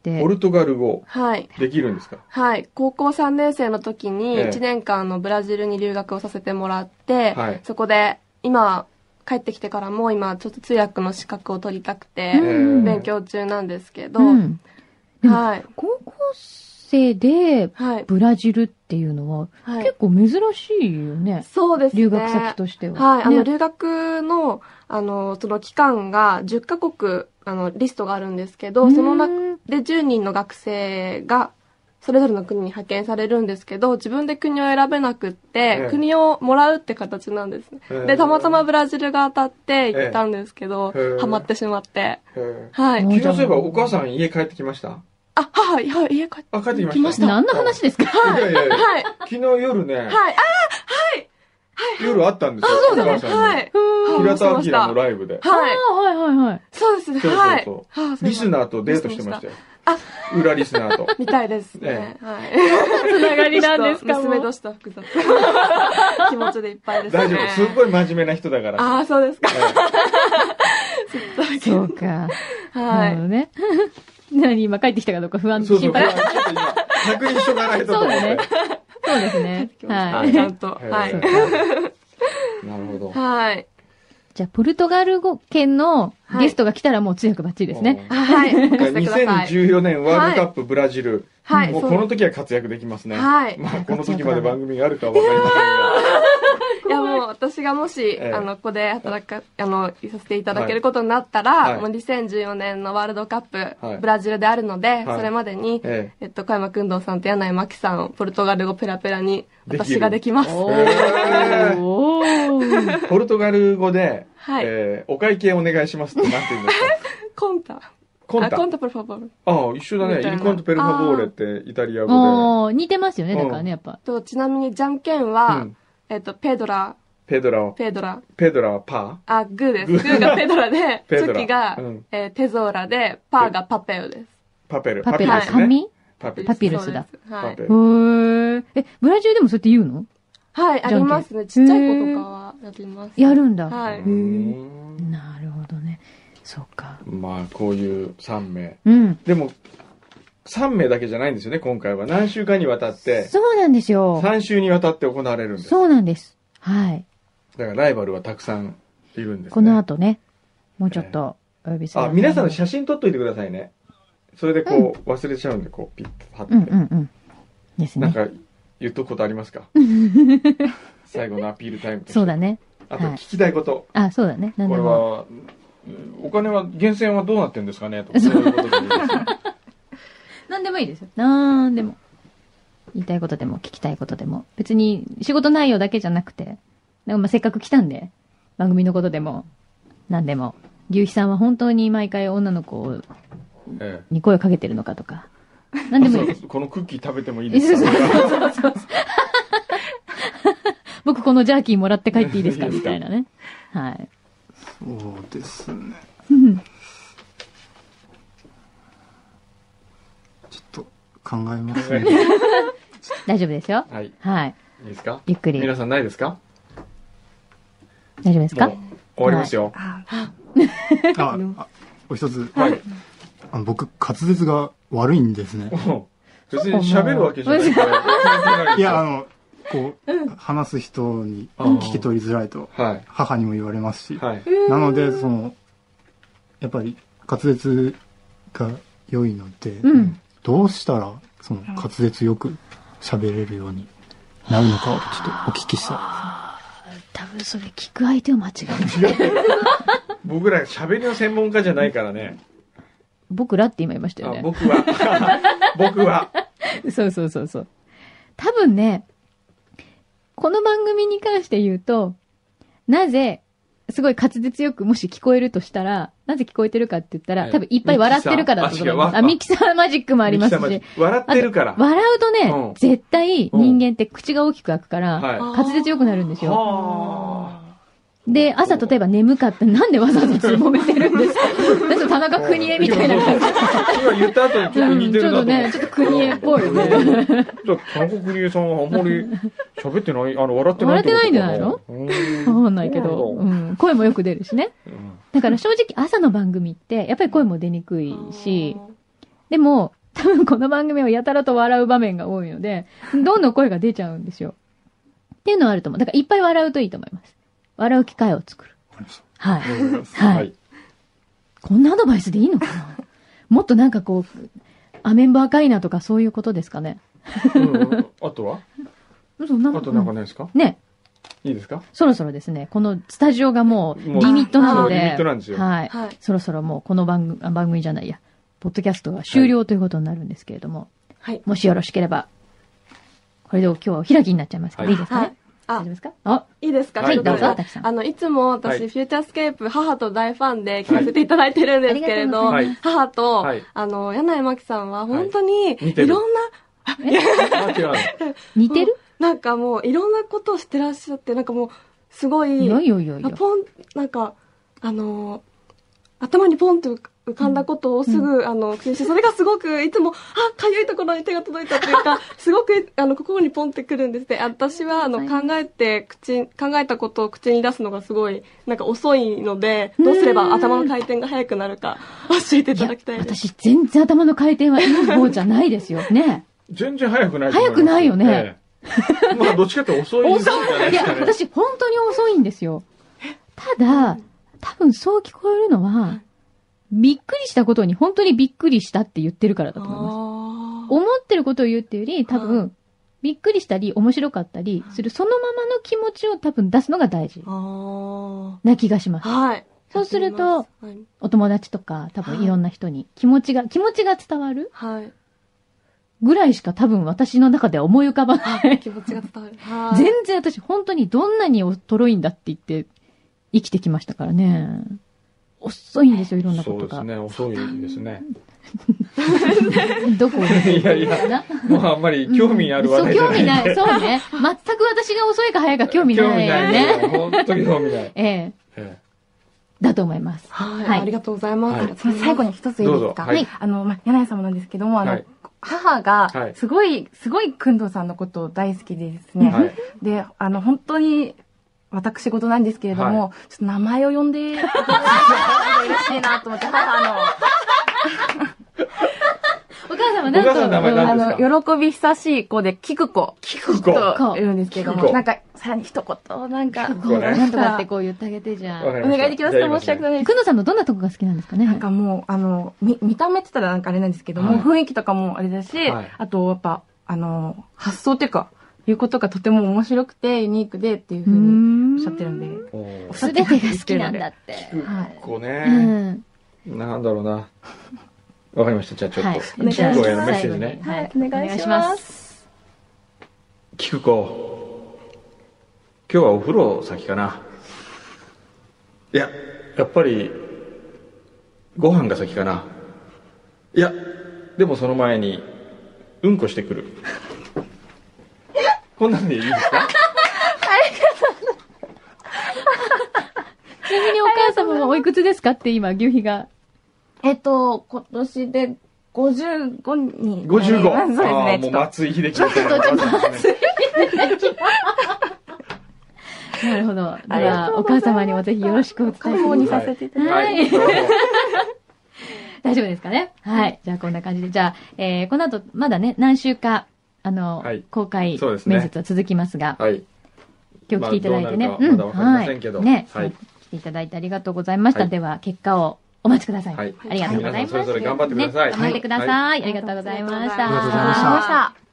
A: で
B: ポ、ルトガル語、
E: はい。
B: できるんですか
E: はい。高校3年生の時に、
B: ええ
E: 1年間あのブラジルに留学をさせてもらって、
B: はい
E: そこで、今、帰ってきてからも、今、ちょっと通訳の資格を取りたく
A: う
E: て、
A: ん
E: 勉強中なんですけど、
A: うん。でも
E: はい。
A: 高校生で、
E: はい。
A: ブラジルっていうのは、
E: はい
A: 結。構珍しいよね。
E: そうですね。
A: 留学先としては。
E: はい、あの、
A: ね
E: 留学の、あの、その期間が10カ国、あの、リストがあるんですけど、その中
A: うん
E: で10人の学生が、それぞれの国に派遣されるんですけど、自分で国を選べなくって、
B: ええ
E: 国をもらうって形なんですね。で、たまたまブラジルが当たって行ったんですけど、
B: ええ
E: ハマってしまって。
B: へー
E: はい。
B: 昨日そういえばお母さん家帰ってきました
E: あ、はい、はい、はい家帰って。
B: あ、帰ってきました。
E: 来ました
A: 何の話ですか
B: いやいやいや
E: はい、
B: 昨日夜ね、
E: はい、
B: 夜あったんですよ。お母さんに
E: はい。はい
B: 平田
E: し
B: 明
E: た
B: のライブで。
E: はい。
A: あはいはいはい。
E: そうですね、
B: そう
E: はい。
B: そう
E: はあそうだ
B: リスナーとデートしてましたよ。
E: あ、
B: 裏リスナーと。
E: みたいですね。はい。
A: つながりなんです
E: ちょ
A: か
E: っと娘としては複 雑な気持ちでいっぱいですね。
B: 大丈夫。すっごい真面目な人だから。
E: ああ、そうですか。
A: そうか。
E: は
A: なるほ
E: い。
A: ど ね。何今帰ってきたかどうか不
B: ええ
A: 安
B: そうそ
A: 心
B: う。これは
A: 配。
B: ちょっと今、確認しとかないとと思って。
A: そうだねそうですね。は
E: はいい。。ちゃんと。は
B: はい
E: い。
B: なるほど。
E: はい。
A: じゃあ、ポルトガル語圏のゲストが来たらもう通訳バッチリですね。
E: はい。任せてください。
B: 2014年ワールドカップブラジル。
E: はい。
B: もう
E: そ
B: この時は活躍できますね。
E: はい
B: まあ、この時まで番組があるかはわかりませんが。
E: いやもう私がもし、
B: ええ
E: あのここで働かあのいさせていただけることになったら、
B: はい
E: もう2014年のワールドカップ、
B: はい
E: ブラジルであるので、
B: はい
E: それまでに、
B: え
E: えっと、小山君堂さんと柳井真紀さんをポルトガル語ペラペラに
B: できる
E: 私ができます。
A: お
B: え
A: ー。おー。
B: ポルトガル語で、
E: はい
B: えーお会計お願いしますってなんて言うん ですか
E: コンタ。
B: コン
E: あ
B: タ。
E: コンタプロファボル。
B: ああ、一緒だね。
E: みた
B: イ
E: いな
B: リコンとペルファボーレってイタリア語
A: おー、似てますよね、だからね、やっぱ。
E: とちなみにじゃんけん
B: で。う
E: は、
B: ん。
E: えっと、ペドラ、
B: ペドラは、
E: ペドラ、
B: ペドラはパ、
E: あ、グーです。グーがペドラで
B: ペド
E: チ
B: ラ
E: ョキが、
B: うん
E: えーテゾーラで、パーがパペウです。
B: ーパペル。
A: パペ
B: ピ
A: ル
B: ル
E: は
B: で
E: い
A: ス、
B: すね。
A: 紙
B: パペル。
A: パピルスだ
E: そうです。は
B: パペ
E: い。
A: へ
B: ル。
A: ー。え、ブラジルでもそうやって言うの
E: はい、ありますね。
A: じ
E: ち
A: ゃんけん
E: っちゃい子とかはやります。
A: やるんだ。
E: はい
A: へ
B: うー
A: ー。
B: ん
A: なるほどね。そうか。
B: まあ、こういう3名。
A: うん。
B: でも、3名だけじゃないんですよね、今回は。何週間にわたって、
A: そうなんですよ。
B: 3週にわたって行われるんです。だ
A: そうなんです。はい。
B: からライバルはたくさんいるんですね。
A: この後ね、もうちょっとお呼びする。
B: あ、皆さんの写真撮っといてくださいね。それでこう、忘れちゃうんで、こう、ピッと貼って。
A: うんうんうん。です
B: なん
A: ね。
B: か、言っとくことあります か最後のアピールタイムとして
A: そうだね。
B: あと、
A: はい
B: 聞きたいこと。
A: あ、そうだね。なん
B: こ
A: だ
B: れ
A: ろ
B: は、うんお金は、源泉はどうなってるんですかねとか、そういうことでいいですよ
A: う。なんでもいいですよ。なんでも。言いたいことでも聞きたいことでも。別に仕事内容だけじゃなくて、なんかまあせっかく来たんで、番組のことでも、なんでも。牛肥さんは本当に毎回女の子
B: ええ
A: に声をかけてるのかとか。なんでもいいです。
B: そうこのクッキー食べてもいい
A: そ
B: で
A: う
B: す
A: そう
B: か
A: そうそうそう。 僕このジャーキーもらって帰っていいですか
B: いいで
A: み
B: すか
A: たいなね。はい。
C: そうですね。ちょっと考えます ね。
A: 大丈夫ですよ。
B: はい。い
A: はい。
B: いですか
A: ゆっくり。
B: 皆さんないですか
A: 大丈夫ですか
B: もう終わりますよ。
C: あ、あお一つ。
B: はい。
C: あの僕、滑舌が悪いんですね。
B: もう別に喋るわけじゃ ないから
C: いや、あの、こう、話す人に聞き取りづらいと、
B: はい。
C: 母にも言われますし。
B: はい。
C: なので、その、やっぱり滑舌が良いので、
A: うん。
C: どうしたら、その、滑舌よく喋れるようになるのかをちょっとお聞きした
A: 多分それ聞く相手を間違え る。
B: 僕ら喋りの専門家じゃないからね。
A: 僕らって今言いましたよ
B: あ
A: ね。
B: 僕は。 僕は。
A: そうそうそうそう。多分ね、この番組に関して言うと、なぜ、すごい滑舌よくもし聞こえるとしたら、なぜ聞こえてるかって言った
B: え
A: ら、
B: え
A: 多分いっぱい笑ってるからだと思います。あ、ミ
B: ミ
A: キサーマジックもありますし。
B: 笑ってるから。は
A: 笑うとね、
B: うん
A: 絶対人間って口が大きく開くから、
B: い。
E: あ
A: 滑舌良くなるんですよ。
B: は
A: で、朝例えば眠かったらなんでわざわざつぼめてるんですか なんか田中
B: あ
A: 邦衛みたいな感じ。
B: 今言った後にちょっと
A: う
B: 似
A: ん
B: て
A: ち
B: る
A: ょっと
B: なと思
A: ね、ちょっと国衛っぽいよね。
B: じゃあ、田中邦衛さんはあんまり喋ってない、あの、笑ってない
A: 笑
B: ってことか。
A: ってないんじゃないの
B: うん
A: わかんないけど、
B: そう
A: う
B: なんだ
A: ん、声もよく出るしね。
B: うん
A: だから正直朝の番組って、やっぱり声も出にくいし、でも、多分この番組はやたらと笑う場面が多いので、どんどん声が出ちゃうんですよ。っていうのはあると思う。だからいっぱい笑うといいと思います。笑う機会を作る。
C: いです。
A: はい。
B: は
A: はいい。。こんなアドバイスでいいのかなもっとなんかこう、アメンボ赤いなとかそういうことですかね。
B: うんあとは
A: そんなこ
B: あとなんか
A: うん
B: ないですか
A: ね、
B: いいですか
A: そろそろですね、このスタジオがもう
B: もう
A: リミットなので、
B: そうリミットなんですよ
A: はい。
E: はい。
A: そろそろもうこの番組、あ番組じゃないや、ポッドキャストが終了ということになるんですけれども、
E: はい。
A: もしよろしければ、これで今日はお開きになっちゃいますけど、
B: はい
A: い、いですかね、
E: はいあ
A: 大丈夫ですかあ、
E: いいですか、
B: はい
E: ちょっと
B: どうぞ
A: 滝さん
E: あの、いつも私、
B: はい
E: フューチャースケープ、母と大ファンで聞かせていただいてるんですけれど、
B: はいあ りが
E: 母と、
B: はい
E: あの、柳井真紀さんは、本当に、
B: 見
E: い
B: てる
E: ろんな、
B: あ違うの
A: 似てる
E: なんかもう、いろんなことをしてらっしゃって、なんかもう、すごい、
A: いよいよいよい
E: あ
A: よ。
E: ポン、なんか、あのー頭にポンと浮かんだことをすぐ、あの、口にして、それがすごく、いつも、あ、かゆいところに手が届いたという か、すごく、あの、心にポンってくるんですね。あ私は、あの、考えて、口、考えたことを口に出すのがすごい、なんか遅いので、どうすれ
A: う
E: ば
A: ん
E: 頭の回転が速くなるか、 教えてい
A: い
E: た
A: や
E: だきたいです。
A: 私全然頭の回転はいい方じゃないですよ。ね
B: 全然早くないと思
A: 早
B: ます
A: くないよね。
B: ええまあ、どっちかっていうと遅いんじゃない
A: い
B: です
A: や、
B: かね。
A: 私本当に遅いんですよ。ただ、多分そう聞こえるのは、びっくりしたことに本当にびっくりしたって言ってるからだと思います。
E: あー
A: 思ってることを言うっていうより、多分、びっくりしたり、面白かったりする、そのままの気持ちを多分出すのが大事
E: あ
A: な気がします。
E: あ。はい。
A: そうすると
E: やってみます
A: お友達とか、多分いろんな人に気持ちが、気持ちが伝わる
E: はい。はい
A: ぐらいしか多分私の中では思い浮かばない。
E: 気持ちが伝 わる。はい。
A: 全然私本当にどんなにとろいんだって言って生きてきましたからね。遅いんですよ、いろんなこ
B: そう
A: と
B: で
A: が。
B: すね。遅いですね。
A: どこを見てる
B: いやいや
A: な
B: もうあんまり興味ある話題じゃ
A: そう、興味
B: ない。
A: ない。そうね。全く私が遅いか早いか興味ないよ
B: 興味ない
A: ね。
B: よ本当に興味ない。
A: ええ。
B: え
A: だと思います。
E: はい。
A: はい
E: ありがとうございます。
B: はい
E: ありがとうございます
D: 最後に。一ついい
B: ど
D: で
B: うぞ
D: すか
B: はい
D: あの、ま、柳井様なんですけども、あの、
B: はい
D: 母が
B: は、い
D: すごい、すごい、くんどうさんのことを大好きでです
B: え
D: ね、
B: はい。
D: で、あの、本当に、私事なんですけれども、ちょっと名前を呼んで、嬉しいなと思って、母の、
A: お母様
B: お母
A: なんん
B: さの名前
A: と、
B: 何です
D: あ
B: か
D: の、喜び久しい子で、キクコ
B: キクコ。わ
A: こと
D: 言うんですけど
B: キク
D: も、
B: コ
D: なんか、さらに一言、なんか、
B: キクコね
A: なんとかってこう言ってあげてじゃ
B: か
A: ん。
B: りました
D: お願いできますか
B: じゃあ言い
D: 申し訳ない
B: ね
D: です
A: くのさんのどんなとこが好きなんですかね
D: なんかもう、あの、見、見た目って言ったらなんかあれなんですけども、
B: はい
D: 雰囲気とかもあれだし、
B: はい
D: あと、やっぱ、あの、発想っていうか、言うことがとても面白くて、ユニークでっていうふうにおっしゃってるんで、
B: おー
A: すべて が好きなんだって。
B: キクコ
A: う
B: ね。
A: ん。
B: なんだろうな。わかりました。じゃあちょっ
A: は
B: と
A: い。。
E: お願いし
A: じゃ
E: ま
A: あ最
E: す
A: 後に
B: メッセージね
A: はい。。
E: お願いします
B: キクコ。今日はお風呂先かな。いや、やっぱり、ご飯が先かな。いや、でもその前に、うんこしてくる。 こんなんでいいですか
A: ちなみにお母様はおいくつですかって今、牛皮が。
D: えっと、今年で55に。
B: 五十五。
D: そうです
B: ああ
D: ね。
B: も
D: ちょ
B: う
D: っと
B: 松井秀喜みたいな。
A: なるほど。で
D: ありが
A: は、お母様にもぜひよろしくお伝え
D: 過去
A: くだ
D: に
A: さい。
D: させていただきます。
B: はい。
A: 大丈夫ですかねはい。じゃあ、こんな感じで。じゃあ、えー、この後、まだね、何週か、あの、
B: はい
A: 公開
B: そうですね
A: 面接は続きますが、
B: はい。
A: 今日来ていただいてね。
B: まあどうなるかはまだわかりませんけど
A: はい、ね、
B: はい
A: 来ていただいてありがとうございました。
B: はい
A: では、結果をお待ちください。
B: はい
A: ありがとうございます。
B: 皆さんそれぞれ頑張ってください
A: ね頑張ってください。ありがとうございました。
C: ありがとうございました
D: ありがとうございました